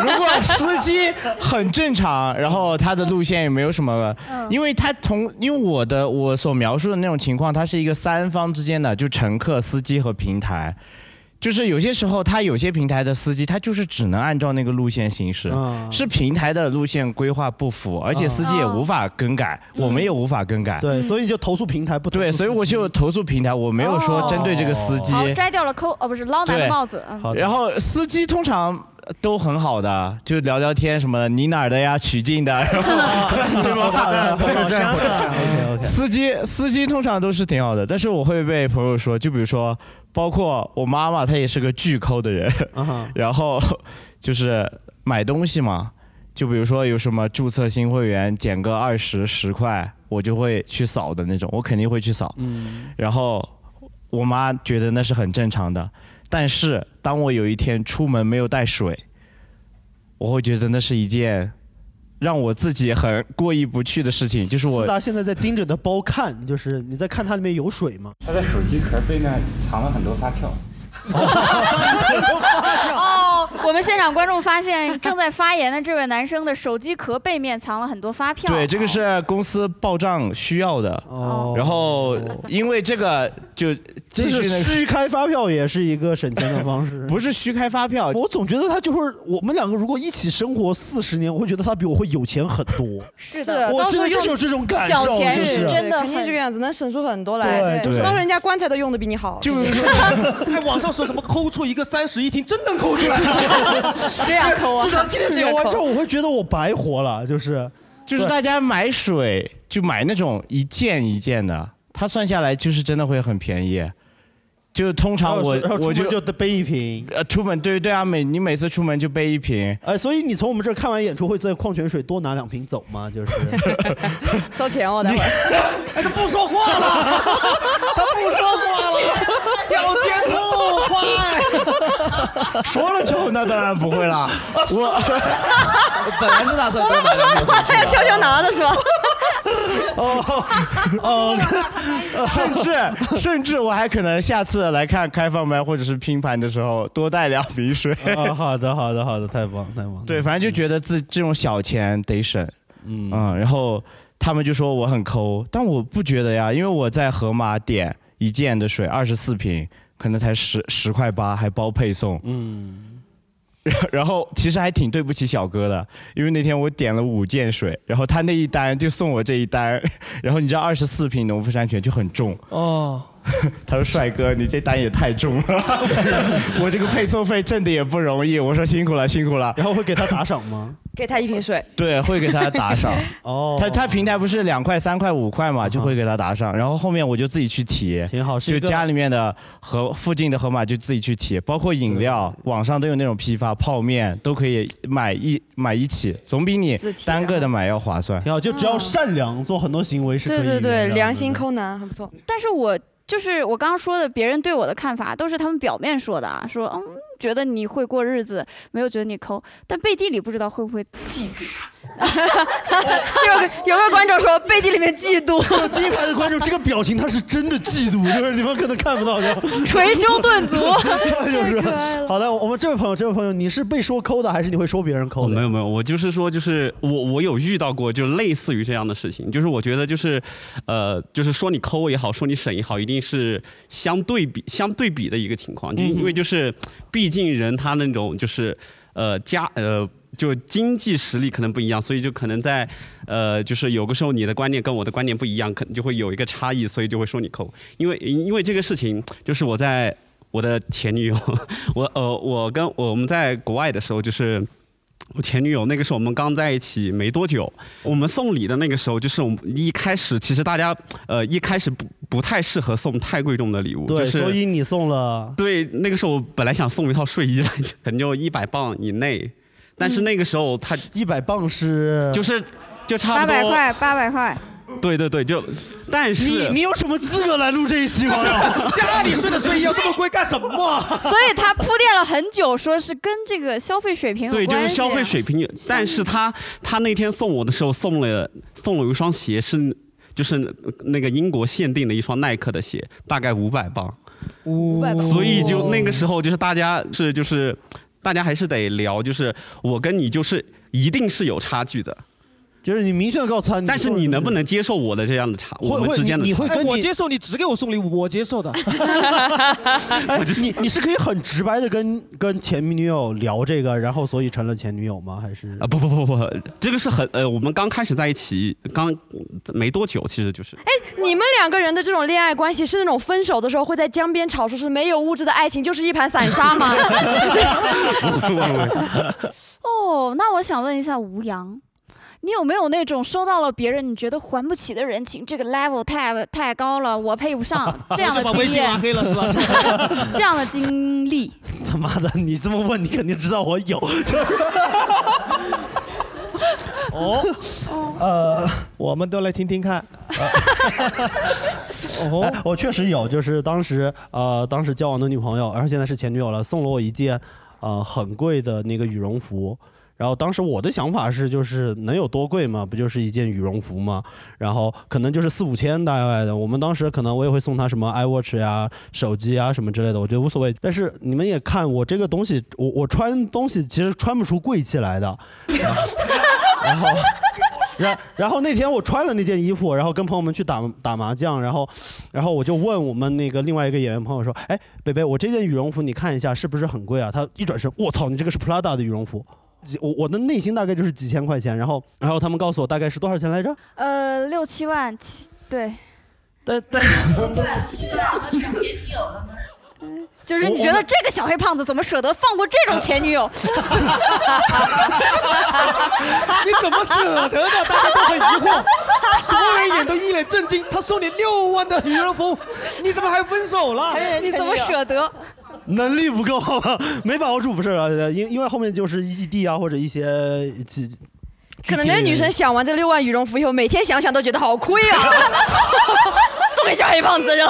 如果司机很正常，然后他的路线也没有什么，嗯因为他从因为我的我所描述的那种情况，它是一个三方之间的，就乘客、司机和平台。就是有些时候，他有些平台的司机，他就是只能按照那个路线行驶，嗯是平台的路线规划不符，而且司机也无法更改，我们也无法更改。嗯对，所以你就投诉平台不对，所以我就投诉平台，我没有说针对这个司嗯机。好，摘掉了扣哦，不是捞男的对帽子，嗯，然后司机通常都很好的，就聊聊天什么的，你哪儿的呀？曲靖的，然后 对 吧？司机司机通常都是挺好的，但是我会被朋友说，就比如说，包括我妈妈，她也是个巨抠的人，然后就是买东西嘛，就比如说有什么注册新会员减个二十十块，我就会去扫的那种，我肯定会去扫，然后我妈觉得那是很正常的，但是当我有一天出门没有带水，我会觉得那是一件让我自己很过意不去的事情，就是我四大现在在盯着你的包看，就是你在看它里面有水吗？他在手机壳背那藏了很多发票。嗯 哦，我们现场观众发现，正在发言的这位男生的手机壳背面藏了很多发票。对，这个是公司报账需要的。然后因为这个 就就继续哦是那个虚开发票也是一个省钱的方式， 不是虚开发票。我总觉得他就是我们两个如果一起生活四十年，我会觉得他比我会有钱很 多。是的，我到时现候在 就就是有这种感受，就是肯定这个样子，能省出很多来。对对到时候人家棺材都用的比你好。就是说，，哎，网上说什么抠出一个三室一厅，真能抠出来这样抠啊这个今天聊完之这个后，抠我会觉得我白活了，就是就是大家买水就买那种一件一件的，它算下来就是真的会很便宜。就通常我然后出我门就就背一瓶，呃，出门对对啊，每你每次出门就背一瓶，哎，所以你从我们这儿看完演出会在矿泉水多拿两瓶走吗？就是 收钱哦，待会儿。哎，他不说话了， 他不说话了， 脚尖扣快。说了之后那当然不会 啦。我本来是打算我们不说的话，还有悄悄拿着是吧？ 哦 哦， 甚至甚至我还可能下次来看开放麦或者是拼盘的时候多带两瓶水。啊，好的好的好的，太棒太棒。对，反正就觉得自这种小钱得省，嗯然后他们就说我很抠，但我不觉得呀，因为我在盒马点一件的水二十四瓶，可能才十十块八，还包配送，嗯， 然后其实还挺对不起小哥的，因为那天我点了五件水，然后他那一单就送我这一单，然后你知道二十四瓶农夫山泉就很重哦。他说：“帅哥，你这单也太重 了， 我这个配送费挣的也不容易。”我说：“辛苦了，辛苦了。”然后会给他打赏吗？给他一瓶 水。。对，会给他打赏哦嗯他他平台不是两块、三块、五块嘛，就会给他打赏。然后后面我就自己去提，挺好，就家里面的和附近的盒马就自己去提，包括饮料，网上都有那种批发泡面，都可以买一买一起，总比你单啊个的买要划算。挺好，就只要善良，做很多行为是可嗯以对对对，原谅良的心抠男很不错。但是我就是我刚刚说的，别人对我的看法都是他们表面说的啊，说嗯，觉得你会过日子，没有觉得你抠，但背地里不知道会不会嫉妒。有个有个观众说背地里面嫉妒第一排的观众，这个表情他是真的嫉妒，就是你们可能看不到，就捶胸顿足就是太可爱了好的，我们这位朋友，这位朋友，你是被说抠的，还是你会说别人 抠的？没有没有，我就是说，就是我我有遇到过，就类似于这样的事情，就是我觉得就是，呃，就是说你抠也好，说你省也好，一定是相对比相对比的一个情况，就因为就是，毕竟人他那种就是，呃，家呃。就经济实力可能不一样，所以就可能在，呃，就是有个时候你的观念跟我的观念不一样，可能就会有一个差异，所以就会说你抠。因为因为这个事情，就是我在我的前女友，我呃，我跟我们在国外的时候，就是我前女友那个时候我们刚在一起没多久，我们送礼的那个时候，就是我们一开始其实大家呃一开始不不太适合送太贵重的礼物，对，就是所以你送了。对那个时候我本来想送一套睡衣来着，可能就一百磅以内，但是那个时候他嗯一百磅是就是就八差不百多块，八百块，对对对，就但是你你有什么资格来录这一期吗？家里睡的睡衣要这么贵干什么？ 啊所以他铺垫了很久，说是跟这个消费水平有对，关系。就是消费水平有，但是他他那天送我的时候送了送了一双鞋是。就是那个英国限定的一双耐克的鞋，大概五百磅，所以就那个时候就是大家是就是大家还是得聊，就是我跟你就是一定是有差距的，就是你明确的告诉他，但是你能不能接受我的这样的差，我们之间的差？哎我接受你只给我送礼物，我接 受的。 哎，你你是可以很直白的跟跟前女友聊这个，然后所以成了前女友吗？还是啊不不不不，这个是很呃，我们刚开始在一起，刚没多久，其实就是哎，你们两个人的这种恋爱关系是那种分手的时候会在江边吵说是没有物质的爱情就是一盘散沙 吗？哦，那我想问一下吴阳，你有没有那种收到了别人你觉得还不起的人情，这个 level 太太高了，我配不 上这样的把微经信拉验黑了是 吧？这样的经历， 他妈的，你这么问，你肯定知道我有。 哦，呃， 我们都来听听 看。哦，啊我确实有，就是当时呃，当时交往的女朋友，然后现在是前女友了，送了我一件呃很贵的那个羽绒服。然后当时我的想法是，就是能有多贵嘛？不就是一件羽绒服嘛？然后可能就是四五千大概的。我们当时可能我也会送她什么 iWatch 呀、手机啊什么之类的，我觉得无所谓。但是你们也看我这个东西，我我穿东西其实穿不出贵气来的。然后，然然后那天我穿了那件衣服，然后跟朋友们去打打麻将，然后，然后我就问我们那个另外一个演员朋友说：“哎，北北，我这件羽绒服你看一下是不是很贵啊？”他一转身，我操，你这个是 Prada 的羽绒服。几我我的内心大概就是几千块钱，然后然后他们告诉我大概是多少钱来着？呃，六七万，七对，但 但七万，是前女友了呢。就是你觉得这个小黑胖子怎么舍得放过这种前女 友？你怎么舍得呢？大家都很疑惑，所有人也都一脸震惊。他送你六万的羽绒服，你怎么还分手了？你怎么舍得？能力不够，啊 没把握住不是啊？因因为后面就是异地啊，或者一些几。可能那个女生想完这六万羽绒服以后，每天想想都觉得好亏啊，送给小黑胖子扔。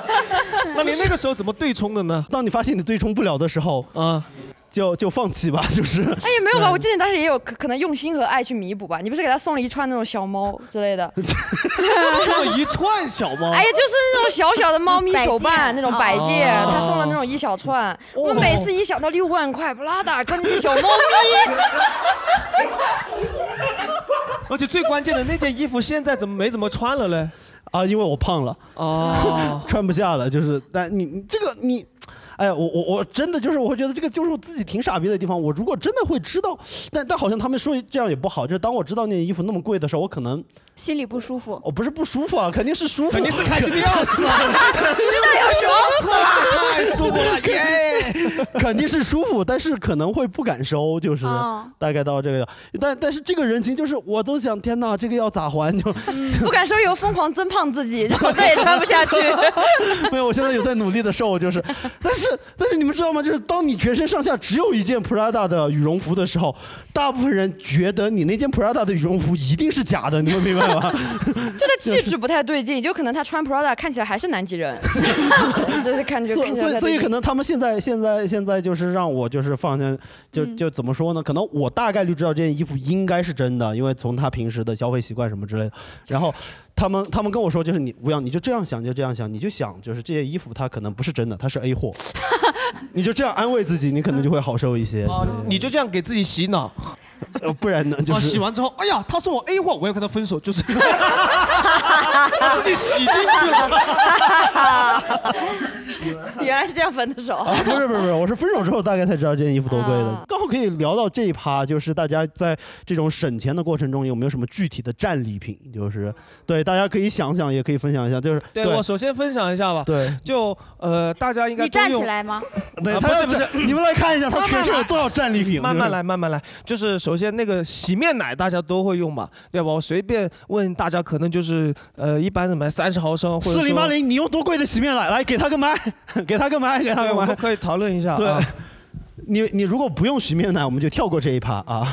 那你那个时候怎么对冲的呢？当你发现你对冲不了的时候，啊，就就放弃吧， 就是。哎，也没有吧？嗯我记得你当时也有可可能用心和爱去弥补吧。你不是给他送了一串那种小猫之类 的？ 送了一串小猫。哎呀，就是那种小小的猫咪手办，摆件那种摆件，哦哦他送了那种一小串。我每次一想到六万块，布拉达跟那些小猫咪， 而且最关键的那件衣服现在怎么没怎么穿了嘞？啊，因为我胖了，哦， 穿不下了，就是，但你你这个你，哎呀，我我我真的就是，我会觉得这个就是我自己挺傻逼的地方。我如果真的会知道，但但好像他们说这样也不好，就是当我知道那件衣服那么贵的时候，我可能 心里不舒服。我不是不舒服啊，肯定是舒服， 肯定是开心的要死 啊太哎舒 服了耶！肯定是舒服，但是可能会不敢收，就是哦大概到这个，但但是这个人情就是我都想，天哪，这个要咋还就。嗯 不敢收以后疯狂增胖自己，然 后再也穿不下去。没有，我现在有在努力的瘦，就是，但是但是你们知道吗？就是当你全身上下只有一件 Prada 的羽绒服的时候，大部分人觉得你那件 Prada 的羽绒服一定是假的，你们明白吗？就他气质不太对劲，就可能他穿 Prada 看起来还是南极人， 就是看着所看以起来所不以太所以对劲可能他们现在现在现在就是让我就是放下，就嗯就怎么说呢？可能我大概率知道这件衣服应该是真的，因为从他平时的消费习惯什么之类的。然后他们他们跟我说，就是你不要，你就这样想，就这样想，你就想就是这件衣服它可能不是真的，它是 A 货， 你就这样安慰自己，你可能就会好受一些。哦你就这样给自己洗脑，呃不然呢？就啊，是洗完之后，哎呀，他送我 A 货，我要跟他分手，就是 他自己洗进去了。原来是这样分的手。 啊，不是不是不是，我是分手之后大概才知道这件衣服多贵的。刚好可以聊到这一趴，就是大家在这种省钱的过程中有没有什么具体的战利品？就是对，大家可以想想，也可以分享一下。就是 对我首先分享一下吧，对，就呃，大家应该你都站有起来吗？对啊他不要是不是站，你们来看一下他慢慢全身有来多少战利品慢就慢是来，慢慢来。就是首先那个洗面奶大家都会用吧，对吧？我随便问大家，可能就是呃，一般什么三十毫升或者四零八说零，你用多贵的洗面奶来给他个麦，给他个麦，给他对个我麦们，可以讨论一下。对啊。 你你如果不用洗面奶，我们就跳过这一趴啊。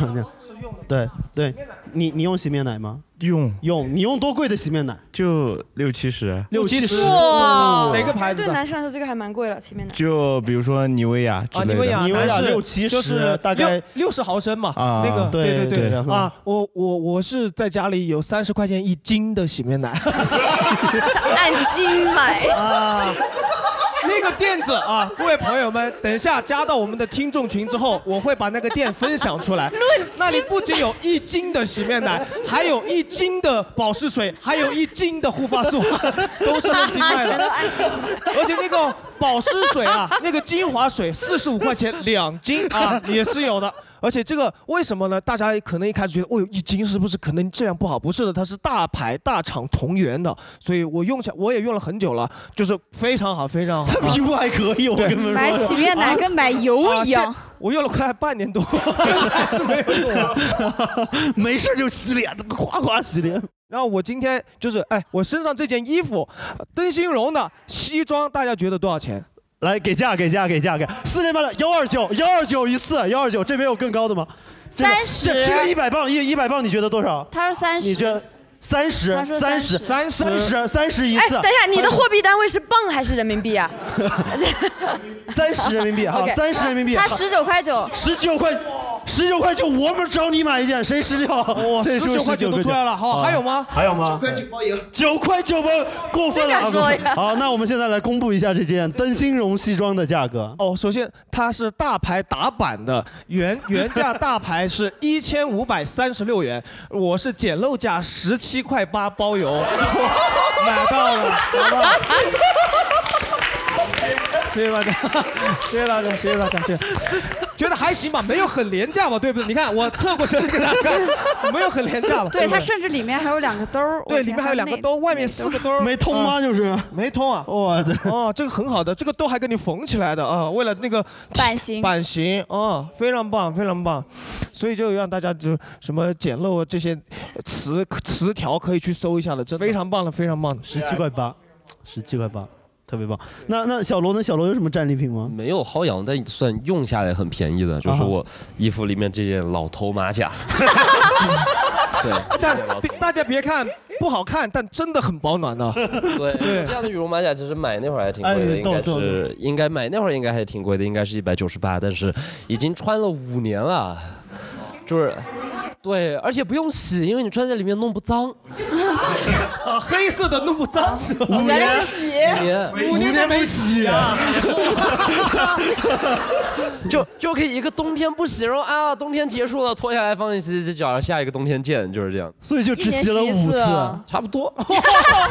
对对，你你用洗面奶吗？用用，你用多贵的洗面奶？就六七十，六七十哇，对男的？生来说，这个还蛮贵了，洗面奶。就比如说妮维雅之啊，妮类的。维雅，男士就是大概六六十毫升嘛，啊那个对对对啊，我我我是在家里有三十块钱一 斤的洗面奶，按斤买啊，那个垫子啊，各位朋友们，等一下加到我们的听众群之后，我会把那个垫分享出来。那里不仅有一斤的洗面奶，还有一斤的保湿水，还有一斤的护发素， 都是论斤卖全都的按斤。 而且那个保湿水啊，那个精华水四十五块钱两斤啊，也是有的。而且这个为什么呢？大家可能一开始觉得，哦呦，一斤是不是可能质量不好？不是的，它是大牌大厂同源的，所以我用起来我也用了很久了，就是非常好，非常好。它皮肤还可以，我跟你们说买洗面奶跟买油一样。啊我用了快半年多，还是没有用完。 没事就洗脸，夸夸洗脸。 然后我今天就是，哎，我身上这件衣服，灯芯绒的西装，大家觉得多少钱？来给价，给价，给价，给四零八的幺二九，幺二九一次，幺二九，这边有更高的吗？这个30这这个一百磅，一一百磅，你觉得多少？他说三你觉十得，三十他说？三十？ 30三十？三十一哎，次？等一下，你的货币单位是磅还是人民币 啊？三十人民币哈 OK，，三十人民币。他19块九，十九块，十九块九，我们找你买一件，谁十九？哇19块哦九都出来了好还有吗啊还有吗？ 9块九包邮，九块九包，过分了这敢说呀啊。好，那我们现在来公布一下这件灯芯绒西装的价格。哦，首先它是大牌打版的，原原价大牌是一千五百三十六元，我是捡漏价十七块八包邮 买到了，好吧？ 谢谢大家，谢谢大家，谢谢大家，谢谢。觉得还行吧，没有很廉价吧，对不对？你看我侧过身给大家看，没有很廉价吧？对，不它甚至里面还有两个兜儿。对，里面还有两个兜，外面四个兜，嗯没通吗就是没通 啊！我的哦，这个很好的，这个兜还给你缝起来的啊，为了那个 版型版型啊，非常棒，非常棒。所以就让大家就什么简陋啊这些词词条可以去搜一下了，真的非常棒的，非常棒的。十七块八，十七块八，特别棒。那那小罗呢？小罗有什么战利品吗？ 没有薅羊，但算用下来很便宜的，啊就是我衣服里面这件老头马甲。 对，但大家别看不好看，但真的很保暖啊 的。对，这样的羽绒马甲其实买那会儿还挺贵的，哎应懂该懂是应该买那会儿应该还挺贵的，应该是一百九十八，但是已经穿了五年了，就是对，而且不用洗，因为你穿在里面弄不脏。啊，黑色的弄不脏是吧？五年原来是洗五年五年没洗啊！ 就就可以一个冬天不洗，然后啊，冬天结束了，脱下来放进洗衣机，脚上下一个冬天见，就是这样。所以就只洗了五次，差不多。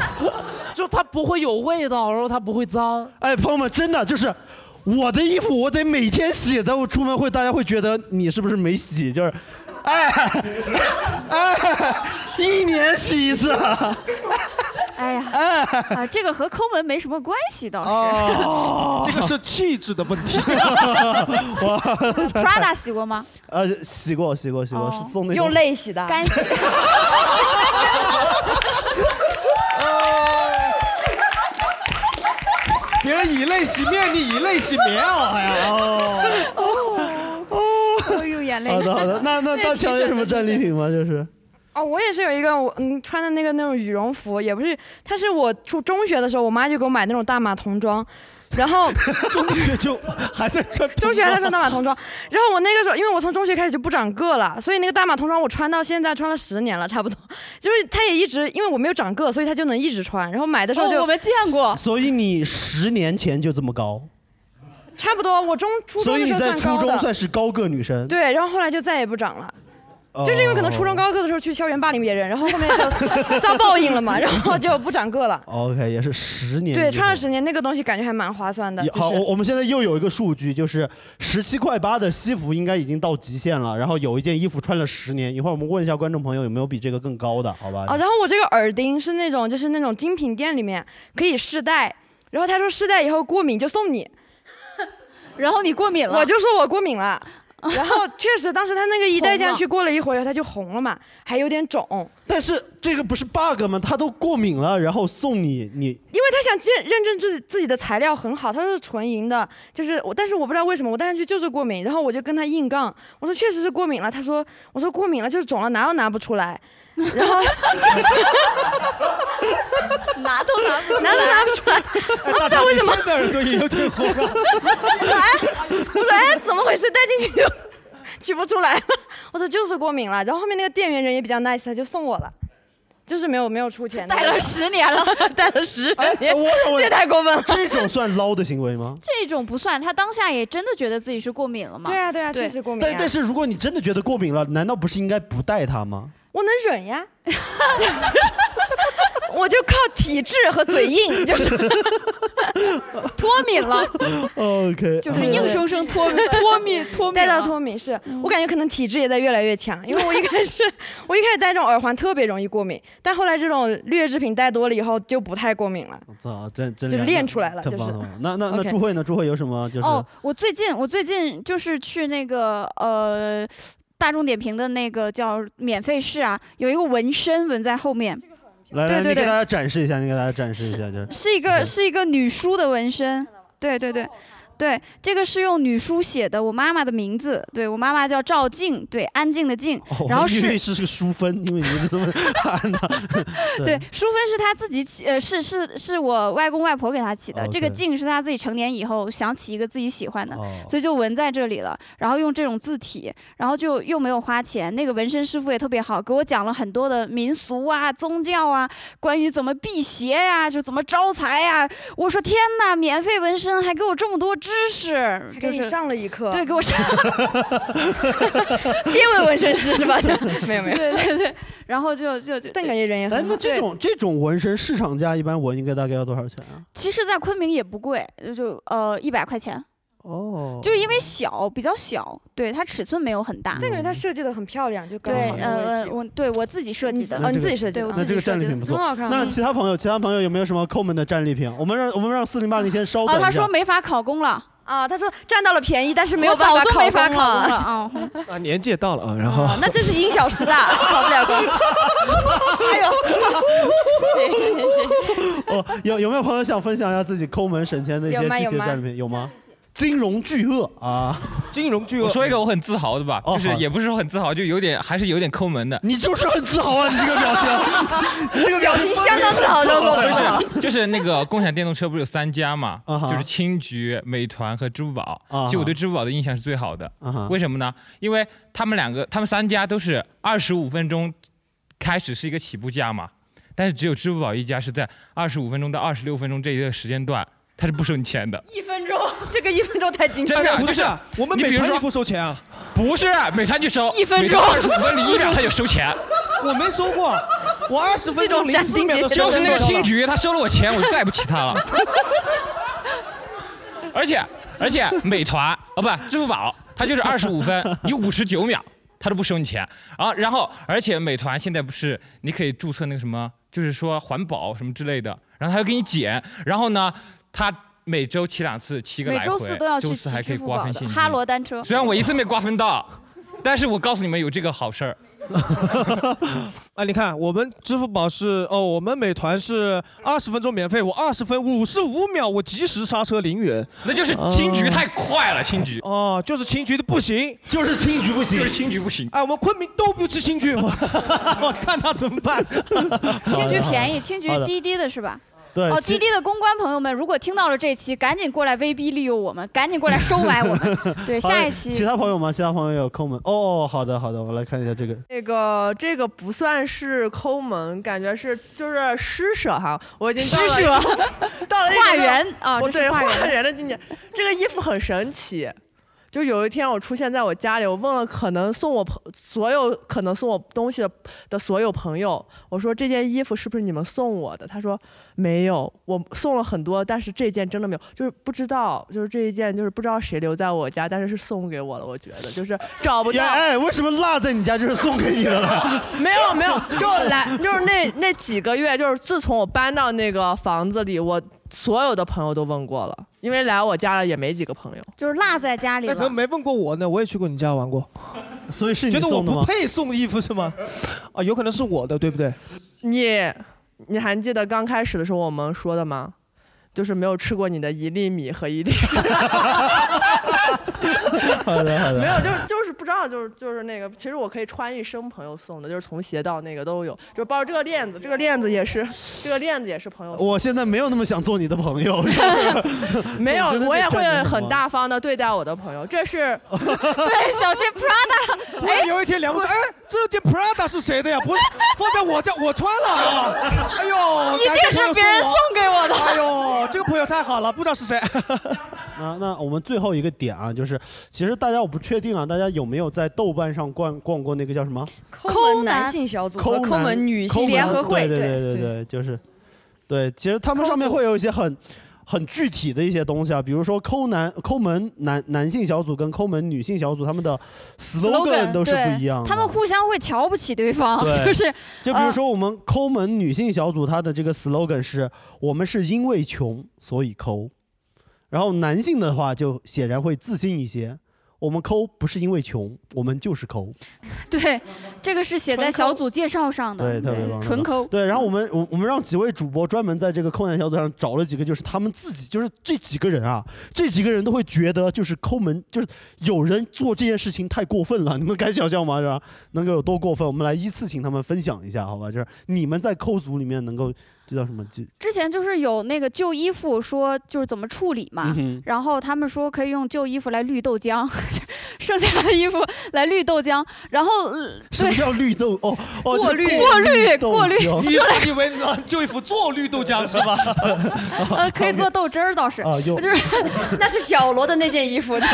就它不会有味道，然后它不会 脏。哎，朋友们，真的就是。我的衣服我得每天洗，但我出门会，大家会觉得你是不是没洗？就是，哎，哎，一年洗一次， 哎呀，啊，这个和抠门没什么关系，倒哦，是。这个是气质的问 题。 哇 Prada 洗过吗？呃，洗过，洗过，洗哦过，是送那种泪洗的， 干洗。别人以泪洗面，你以泪洗棉袄呀！哦。哦，用眼泪好洗的好的，啊 那那大强有什么战利品吗？就是哦，我也是有一个，我嗯穿的那个那种羽绒服，也不是，它是我初中学的时候，我妈就给我买那种大码童装，然 后中学就还在穿中学还在穿大码童装，然后我那个时候，因为我从中学开始就不长个了，所以那个大码童装我穿到现在穿了十年了，差不多，就是它也一直，因为我没有长个，所以它就能一直穿，然后买的时候就、哦我没见过所以你十年前就这么高，差不多，我中初中所的以你时候在初高中的算是高个女生。对，然后后来就再也不长了。哦，就是因为可能初中高个的时候去校园霸凌别人，然后后面 就遭报应了嘛，然后就不长个了。 OK，也是十年以后。对，穿了十年那个东西感觉还蛮划算的。也就是好，我我们现在又有一个数据，就是十七块八的西服应该已经到极限了。然后有一件衣服穿了十年，一会儿我们问一下观众朋友有没有比这个更高的，好吧？啊，然后我这个耳钉是那种就是那种精品店里面可以试戴，然后他说试戴以后过敏就送你，然后你过敏了我就说我过敏 了。然后确实，当时他那个一戴红进去，了过了一会儿以后，它就红了嘛，还有点肿，但是这个不是 bug 吗？他都过敏了，然后送你 你因为他想认认证自己自己的材料很好，他说是纯银的，就是我，但是我不知道为什么我戴上去就是过敏，然后我就跟他硬杠，我说确实是过敏了，他说我说过敏了就是肿了，拿都拿不出来，然后 拿都拿不出来拿都拿不出来，哎我不知大家道为什么，现在耳朵也有点红 了。我说哎，我说哎，怎么回事？戴进去就取不出来了。我说就是过敏了。然后后面那个店员人也比较 nice，他就送我了。就是没有没有出钱的，贷了十年了贷了 十年，哎我我这太过分了。这种算捞的行 为吗？这种不算，他当下也真的觉得自己是过敏了嘛？对啊，对啊，确实过敏、啊。但但是如果你真的觉得过敏了，难道不是应该不带它吗？我能忍呀， 我就靠体质和嘴硬，就是 脱敏了， OK，就是硬生生 脱敏脱敏脱敏嗯带到脱敏是，我感觉可能体质也在越来越强，因为我一开 始我一开始戴这种耳环特别容易过敏，但后来这种劣质品戴多了以后就不太过敏 了。操，真真就是良练心出来了太就是棒了那那那 OK 朱慧呢？朱慧有什么就是？哦，我最近我最近就是去那个呃大众点评的那个叫免费试啊，有一个纹身纹在后面，来来，对对你给对大家展示一下，你给大家展示一下，就是是一个是一个女书的纹身，对对对。对，这个是用女书写的，我妈妈的名字，对我妈妈叫赵静，对，安静的静，哦然后因为是是个淑芬，因为你们这么喊的， 对，淑芬是她自己起，呃，是是是我外公外婆给她起哦的。这个静是她自己成年以后想起一个自己喜欢的，哦所以就纹在这里了。然后用这种字体，然后就又没有花钱。那个纹身师傅也特别好，给我讲了很多的民俗啊、宗教啊，关于怎么辟邪呀、就怎么招财呀、我说天哪，免费纹身还给我这么多知识，给就你是上了一课，对，给 我上。别问纹身师是 吧？没有没有，对对对，然后就就就，但感觉人也很哎好。，那这种这种纹身市场价一般纹一个大概要多少钱啊？其实，在昆明也不贵，就呃一百块钱。哦，就是因为小，比较小，对它尺寸没有很大。但感觉它设计的很漂亮，就刚对，好那个位呃，置我对我自己设计的，那这个对我嗯哦那自这己个设战利计的，品不错。那嗯其他朋友，其他朋友有没有什么抠门的战利品？我们让我们让四零八零先稍等哦，一下。他说没法考公了。啊，他说占到了便宜，但是没有我办早法就考没法公考公了了 啊！啊，年纪也到了啊，然后哦那真是因小失大，考不了 公。哎呦，行行行， 哦，有有没有朋友想分享一下自己抠门省钱的一些有吗具有体的吗战利品？有吗？金融巨鳄 啊，金融巨我说一个我很自豪的吧，哦就是好也不是说很自豪，就有点还是有点抠门的。你就是很自豪啊！你这个表情， 你这个表 情相当自豪张总不是， 就是那个共享电动车不是有三家嘛，啊哈就是青桔、美团和支付宝。啊哈其实我对支付宝的印象是最好的啊哈，为什么呢？因为他们两个，他们三家都是二十五分钟开始是一个起步价嘛，但是只有支付宝一家是在二十五分钟到二十六分钟这一个时间段，它是不收你钱的。一分钟，这个一分钟太精真的啊啊不就是是我们你美比如团也说不收钱啊，不是美团就收一分钟二十五分零一秒他就收钱。我没收过，我二十分钟零四秒的时候就是那个青桔，他收收了我钱，我就再也不骑它了。而且而且，美团 哦不，支付宝，它就是二十五分，你五十九秒，它都不收你钱。啊，然后而且美团现在不是你可以注册那个什么，就是说环保什么之类的，然后它会给你减。然后呢，它每周骑两次，骑个每来回，周四都要去周骑四还可支以付瓜宝分的现金。哈罗单车。虽然我一 次没瓜分到，但是我告诉你们有这个好事儿。啊，你看我们支付宝是哦，我们美团是二十分钟免费，我二十分五十五秒我及时刹车零元，啊那就是哦青桔太快了，青桔。哦，就是青桔的不行，就是青桔不行就是青桔不行。哎，我们昆明都不吃青桔，我我看他怎么办。青桔便宜，青桔滴滴的是吧？对哦，其滴滴的公关朋友们，如果听到了这期，赶紧过来威逼利诱我们，赶紧过来收买我 们。对，好下的一期其他朋友吗？其他朋友有抠门？哦，好的好的，我来看一下这个。这个这个不算是抠门，感觉是就是施舍哈。我已经到了施舍到了一个化缘啊我这是对化化缘缘的境界。这个衣服很神奇，就有一天我出现在我家里，我问了可能送我朋所有可能送我东西的的所有朋友，我说这件衣服是不是你们送我的？他说没有，我送了很多，但是这件真的没有，就是不知道，就是这一件就是不知道谁留在我家，但是是送给我了，我觉得就是找不到。哎，为什么落在你家就是送给你的了？ 没有没有，就来就是那那几个月，就是自从我搬到那个房子里，我所有的朋友都问过了，因为来我家了也没几个朋友。 就是落在家里那怎么了。没问过我呢？我也去过你家玩过，所以是你觉得我送的吗不配送衣服是吗？啊，有可能是我的，对不对？你你还记得刚开始的时候我们说的吗？就是没有吃过你的一粒米和 一粒，好的好的，没有，就是就是不知道，就是就是那个，其实我可以穿一身朋友送的，就是从鞋到那个都有，就包括这个链子，这个链子也是，这个链子也是朋友送的。我现在没有那么想做你的 朋友。 没有真的，是我也战会争的吗很大方的对待我的朋友，这是对，小心 Prada。突然有一天梁我木说：“哎，这件 Prada 是谁的呀？不是放在我家，我穿了 啊。哎呦，一定感谢朋是友别人我送给我的哎呦，这个朋友太好了，不知道是谁。啊，那我们最后一个点啊，就是其实大家我不确定啊，大家有没有在豆瓣上逛逛过那个叫什么抠门男性小组和抠抠男门女抠性门联合会，对对对对，就是，对，其实他们上面会有一些很。很具体的一些东西啊，比如说抠男、抠门男男性小组跟抠门女性小组，他们的 slogan 都是不一样的。他们互相会瞧不起对方，对就是就比如呃说我们抠门女性小组，它的这个 slogan 是“我们是因为穷所以抠”，然后男性的话就显然会自信一些。我们抠不是因为穷，我们就是抠， 对，这个是写在小组介绍上的，对，特别棒，纯抠。嗯对，然后我们我我们让几位主播专门在这个抠男小组上找了几个，就是他们自己，就是这几个人啊，这几个人都会觉得就是抠门，就是有人做这件事情太过分了，你们敢想象吗？是吧？能够有多过分？我们来依次请他们分享一下，好吧？就是你们在抠组里面能够这叫什么？就之前就是有那个旧衣服说就是怎么处理嘛嗯，哼然后他们说可以用旧衣服来滤豆浆， 剩下的衣服来滤豆浆，然后呃什么对叫绿豆？哦过哦，就是滤过滤豆过滤浆你是以为拿旧衣服做绿豆浆是吧？呃可以做豆汁儿倒是，啊就又是 那是小罗的那件衣服。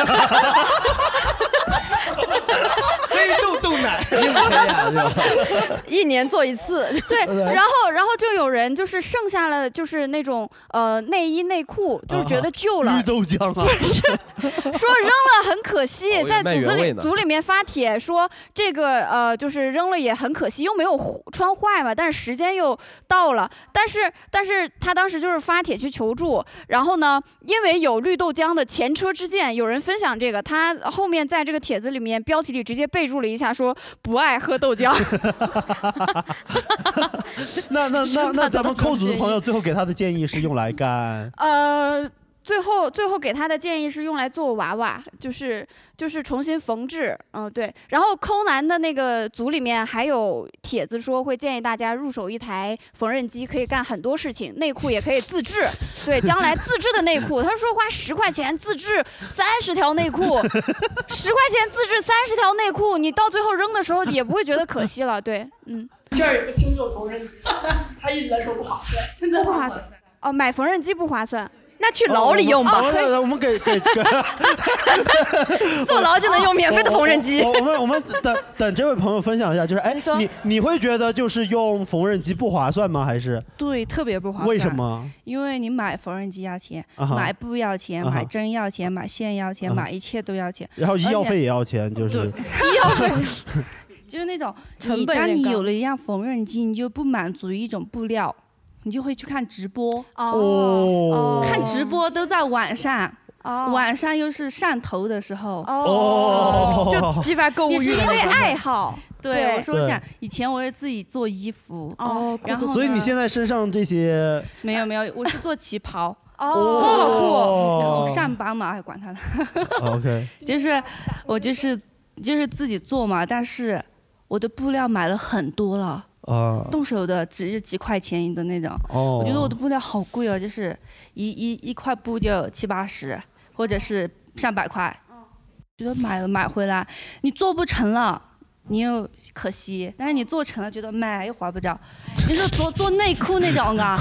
黑豆豆奶， 一年做一次。 对，然后然后就有人就是剩下了就是那种呃内衣内裤，就是啊觉得旧了，绿豆浆啊， 说扔了很可惜，哦在原来组原织味里呢组里面发帖说这个呃就是扔了也很可惜，又没有坏穿坏嘛，但是时间又到了，但是但是他当时就是发帖去求助，然后呢，因为有绿豆浆的前车之鉴，有人分享这个，他后面在这个帖子里面标题里直接备注了一下说不爱喝豆浆，那那那那咱们抠组的朋友最后给他的建议是用来干。呃。最后，最后给他的建议是用来做娃娃，就是就是重新缝制，嗯，对。然后抠男的那个组里面还有帖子说会建议大家入手一台缝纫机，可以干很多事情，内裤也可以自制， 对，将来自制的内裤，他说花十块钱自制三十条内裤， 十块钱自制三十条内裤，你到最后扔的时候也不会觉得可惜了，对，嗯。这儿有个听众缝纫 机，他一直在说不划算，真不划算。哦，买缝纫机不划算，那去哦我们哦那那我们给给给 坐牢就能用免费的缝纫机我我我我们我们等等这位朋友分享一下，就是哎，你你会觉得就是用缝纫机不划算吗？还是对，特别不划算。为什么？因为你买缝纫机要钱，啊哈买布要钱，啊哈买针要钱，买线要钱，啊哈买一切都要钱。然后医药而且费也要钱，就是医药 费，就是那种成你本当有你点高有了一样缝纫机，你就不满足于一种布料，你就会去看直播。哦看直播都在晚上。晚上又是上头的时候，哦 就激发购物欲你是因为爱好，对对，我说对想以前我也自己做衣服，哦，然后所以呢你现在身上 这些没有没有，我是做旗袍。哦好酷哦然后上班嘛，还哎管他呢。 OK，就是我就是就是自己做嘛，但是我的布料买了很多了，啊，动手的只是几块钱的那种。哦我觉得我的布料好贵哦，就是一一一块布就七八十，或者是上百块。觉得买了买回来，你做不成了，你又可惜；但是你做成了，觉得买又划不着。你说做做内裤那种 啊，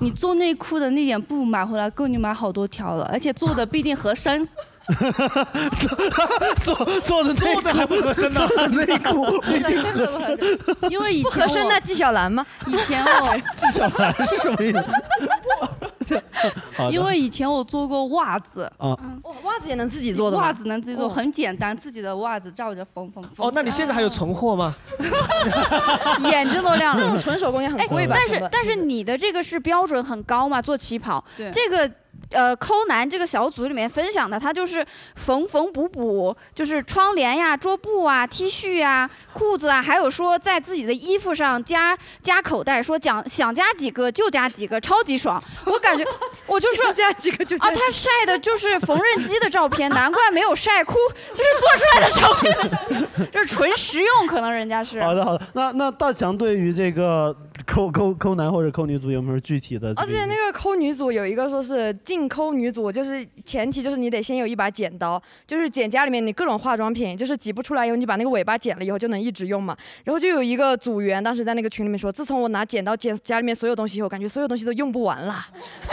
你做内裤的那点布买回来够你买好多条了，而且做的必定合身。做做的 做的还 不合身啊呢，内裤真 的真的不啊合身，因为以前合身那纪晓岚吗？以 前我纪晓岚是什么意思？ 好的因为以前我做过袜子，啊哦袜子也能自己做的吗袜子能自己做，哦很简单，自己的袜子照着缝缝缝。 哦，那你现在还有存货吗？ 眼睛都亮了。这种纯手工也很贵吧哎但成是本但是你的这个是标准很高嘛？做旗袍，对这个呃抠男这个小组里面分享的，他就是缝缝补补，就是窗帘呀、桌布啊、T 恤呀、裤子啊，还有说在自己的衣服上加加口袋，说讲想加几个就加几个，超级爽。我感觉我就说加几个就啊，他晒的就是缝纫机的照片，难怪没有晒哭，就是做出来的照片。这是纯 纯实用，可能人家是。好的，好的。那那大强对于这个抠抠抠男或者抠女组有没有具体的？哦而且那个抠女组有一个说是净抠女组，就是前提就是你得先有一把剪刀，就是剪家里面你各种化妆品，就是挤不出来以后，你把那个尾巴剪了以后就能一直用嘛。然后就有一个组员当时在那个群里面说，自从我拿剪刀剪家里面所有东西以后，感觉所有东西都用不完了，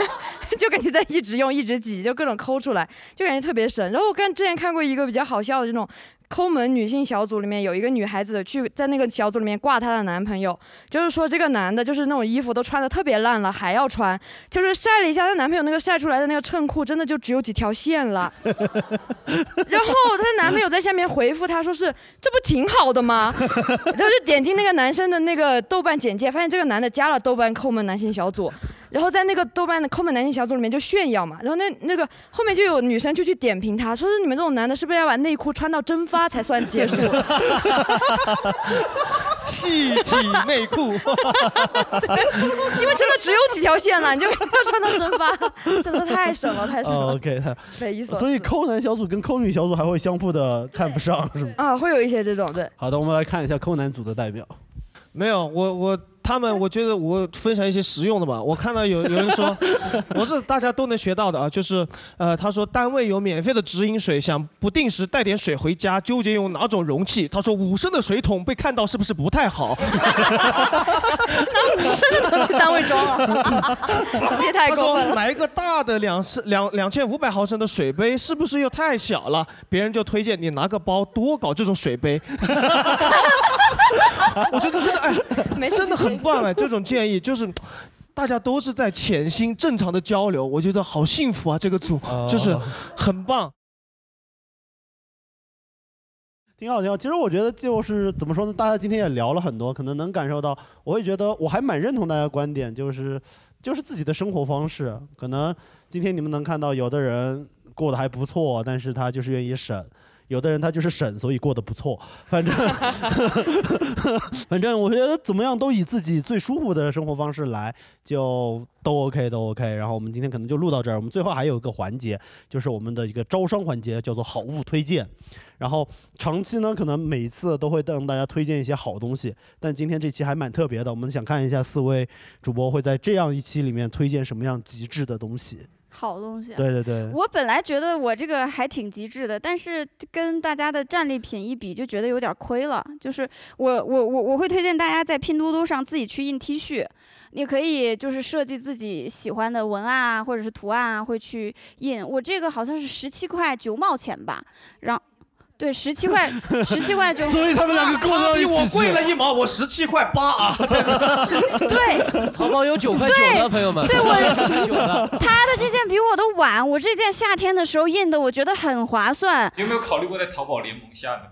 就感觉在一直用一直挤，就各种抠出来，就感觉特别神。然后我看之前看过一个比较好笑的这种。抠门女性小组里面有一个女孩子去在那个小组里面挂她的男朋友，就是说这个男的就是那种衣服都穿的特别烂了还要穿，就是晒了一下她男朋友那个晒出来的那个衬裤真的就只有几条线了，然后她男朋友在下面回复她说是这不挺好的吗？ 然后就点进那个男生的那个豆瓣简介，发现这个男的加了豆瓣抠门男性小组。然后在那个豆瓣的抠门男性小组里面就炫耀嘛，然后那那个后面就有女生就去点评他，说是你们这种男的是不是要把内裤穿到蒸发才算结束？气体内裤，因为真的只有几条线了，你就要穿到蒸发，真的太神了，太神了。哦 OK，他匪夷所思啊所以抠男小组跟抠女小组还会相互的看不上，是吗？啊，会有一些这种对。好的，我们来看一下抠男组的代表。没有，我我他们，我觉得我分享一些实用的吧。我看 到有有人说，我是大家都能学到的啊，就是呃，他说单位有免费的直饮水，想不定时带点水回家，纠结用哪种容器。他说五升的水桶被看到是不是不太好？那你真的都去单位装了，这也太过分他说了。买一个大的两升两两千五百毫升的水杯，是不是又太小了？别人就推荐你拿个包多搞这种水杯。 我觉得真的哎，真的很棒哎，这种建议就是。大家都是在潜心正常的交流，我觉得好幸福啊！这个组哦就是很棒。挺好，挺好。其实我觉得就是怎么说呢，大家今天也聊了很多，可能能感受到，我也觉得我还蛮认同大家观点，就是就是自己的生活方式。可能今天你们能看到，有的人过得还不错，但是他就是愿意省；有的人他就是省，所以过得不错。反正 反正我觉得怎么样都以自己最舒服的生活方式来，就都 OK 都 OK。然后我们今天可能就录到这儿，我们最后还有一个环节，就是我们的一个招商环节，叫做好物推荐。然后长期呢，可能每一次都会让大家推荐一些好东西，但今天这期还蛮特别的，我们想看一下四位主播会在这样一期里面推荐什么样极致的东西。好东西、啊。对对对我本来觉得我这个还挺极致的，但是跟大家的战利品一比，就觉得有点亏了。就是我我我我会推荐大家在拼多多上自己去印 T 恤，你可以就是设计自己喜欢的文案啊，或者是图案啊，会去印。我这个好像是十七块九毛钱吧，然后对十七 块十七块九，所以他们两个过到一起去我我贵了一毛，我十七块八啊！ 对，淘宝有九块九对的，朋友们，对我 九块九的。他的这件比我的晚，我这件夏天的时候印的，我觉得很划算。有没有考虑过在淘宝联盟下呢？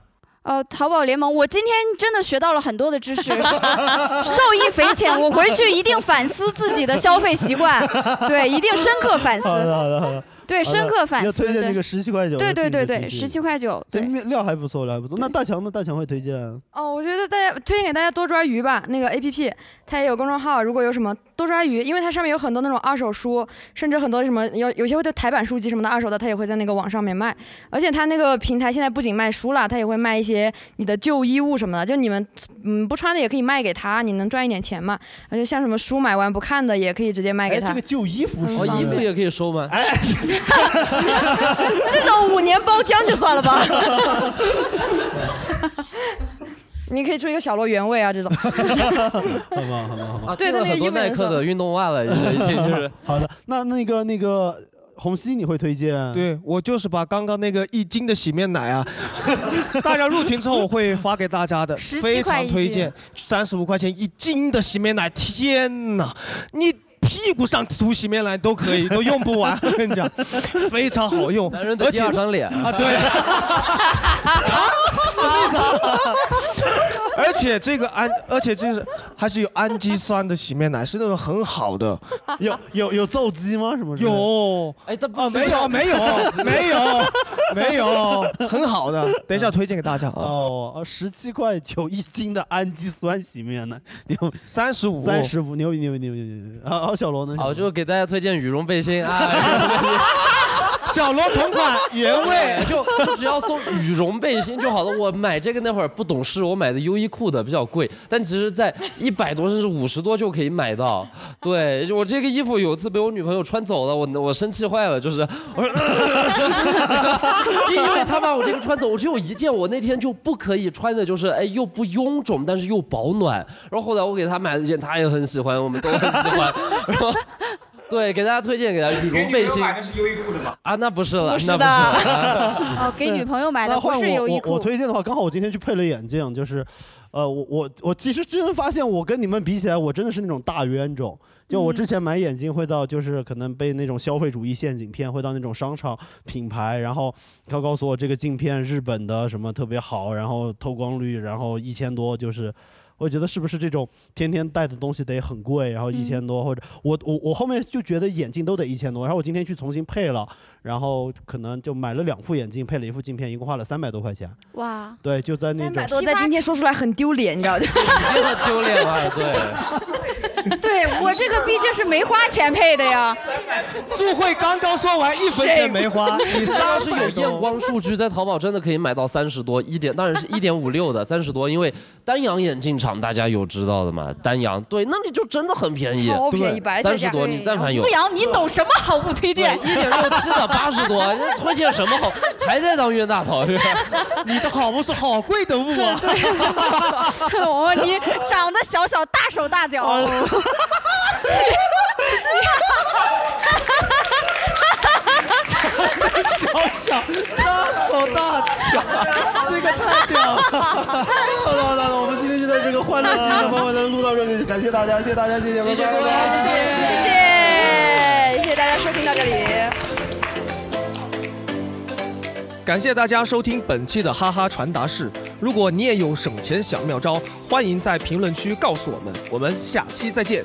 呃，淘宝联盟，我今天真的学到了很多的知识，受益匪浅。我回去一定反思自己的消费习惯，对，一定深刻反思。好的好的好的。对好的深刻反思要推荐那个对十七块九。对对对对，十七。块九，这面料还不错，料还不错。那大强呢？大强会推荐哦，我觉得大家推荐给大家多抓鱼吧，那个 A P P 它也有公众号，如果有什么多抓鱼，因为它上面有很多那种二手书，甚至很多什么有有些会在台版书籍什么的二手的，它也会在那个网上面卖。而且它那个平台现在不仅卖书了，它也会卖一些你的旧衣物什么的，就你们嗯不穿的也可以卖给他，你能赚一点钱嘛。而且像什么书买完不看的也可以直接卖给他。哎这个旧衣服哦，衣服也可以收吗？哎，这种五年包浆就算了 吧。 你可以出一个小罗原味啊，这种。 好吗？好吗？好吗？ 啊，对进了他那个很多衣服也耐克的运动袜了，已经就是。好的，那那个那个红熙你会推荐？ 对我就是把刚刚那个一斤的洗面奶啊，大家入群之后我会发给大家的， 17非块常一斤推荐，三十五块钱一斤的洗面奶，天哪，你屁股上涂洗面奶都可以，都用不完，我跟你讲，非常好用，男人的而第且二张脸啊，对，什么意思啊？ 而且这个氨，而且这是还是有氨基酸的洗面奶，是那种很好的， 有有有皂基吗？什么？有，哎，这不啊，没 有，没有，没有，没有，很好的。等一下推荐给大家啊。哦，十七块九一斤的氨基酸洗面奶，牛 三十五三十五，牛逼啊 牛逼牛逼牛逼！好，好小罗呢？好，就给大家推荐羽绒背心啊，小罗同款原味，就只要送羽绒背心就好了。我买这个那会儿不懂事，我买的优衣库的比较贵，但其实在一百多甚至五十多就可以买到。对我这个衣服有一次被我女朋友穿走了，我我生气坏了，就是我说，因为她把我这个穿走，我只有一件，我那天就不可以穿的，就是哎又不臃肿，但是又保暖。然后后来我给她买了一件，她也很喜欢，我们都很喜 欢。然后对，给大家推荐给大家羽绒背心买的是优衣库的吗？啊，那不是了，是那不的是了。哦，给女朋友哎买的那不换是我优衣我库我。推荐的话，刚好我今天去配了眼镜，就是，呃，我我我其实真的发现，我跟你们比起来，我真的是那种大冤种。就我之前买眼镜会到，就是可能被那种消费主义陷阱骗，会到那种商场品牌，然后他告诉我这个镜片日本的什么特别好，然后透光率，然后一千多，就是。我觉得是不是这种天天戴的东西得很贵，然后一千多，或者我我我后面就觉得眼镜都得一千多，然后我今天去重新配了，然后可能就买了两副眼镜，配了一副镜片，一共花了三百多块钱。哇，对，就在那种百多在今天说出来很丢脸，你知道吗？真的丢脸了，对。 对我 这个毕竟是没花钱配的呀。祝慧刚刚说完一分钱没花，你要三是十有有验光数据，在淘宝真的可以买到三十多一点，当 然是一点五六的三十多，因为丹阳眼镜厂大家有知道的嘛，丹阳对，那你就真的很便宜，超便宜，白菜三价十多你但凡有吴。 阳，你懂什么好物推荐？ 一点六七的八十多，你推荐什么好？还在当冤大头，是吧你的好物是好贵 的物啊！对，我你长得小小，大手大脚。哎 小小大手大 脚，这个太屌了！好的好的好的，我们今天就在这个欢乐的的方方能录到这里，感谢大家，谢谢大家，谢谢，拜拜谢拜拜谢谢谢谢大家收听到这里。感谢大家收听本期的哈哈传达室。如果你也有省钱小妙招，欢迎在评论区告诉我们。我们下期再见。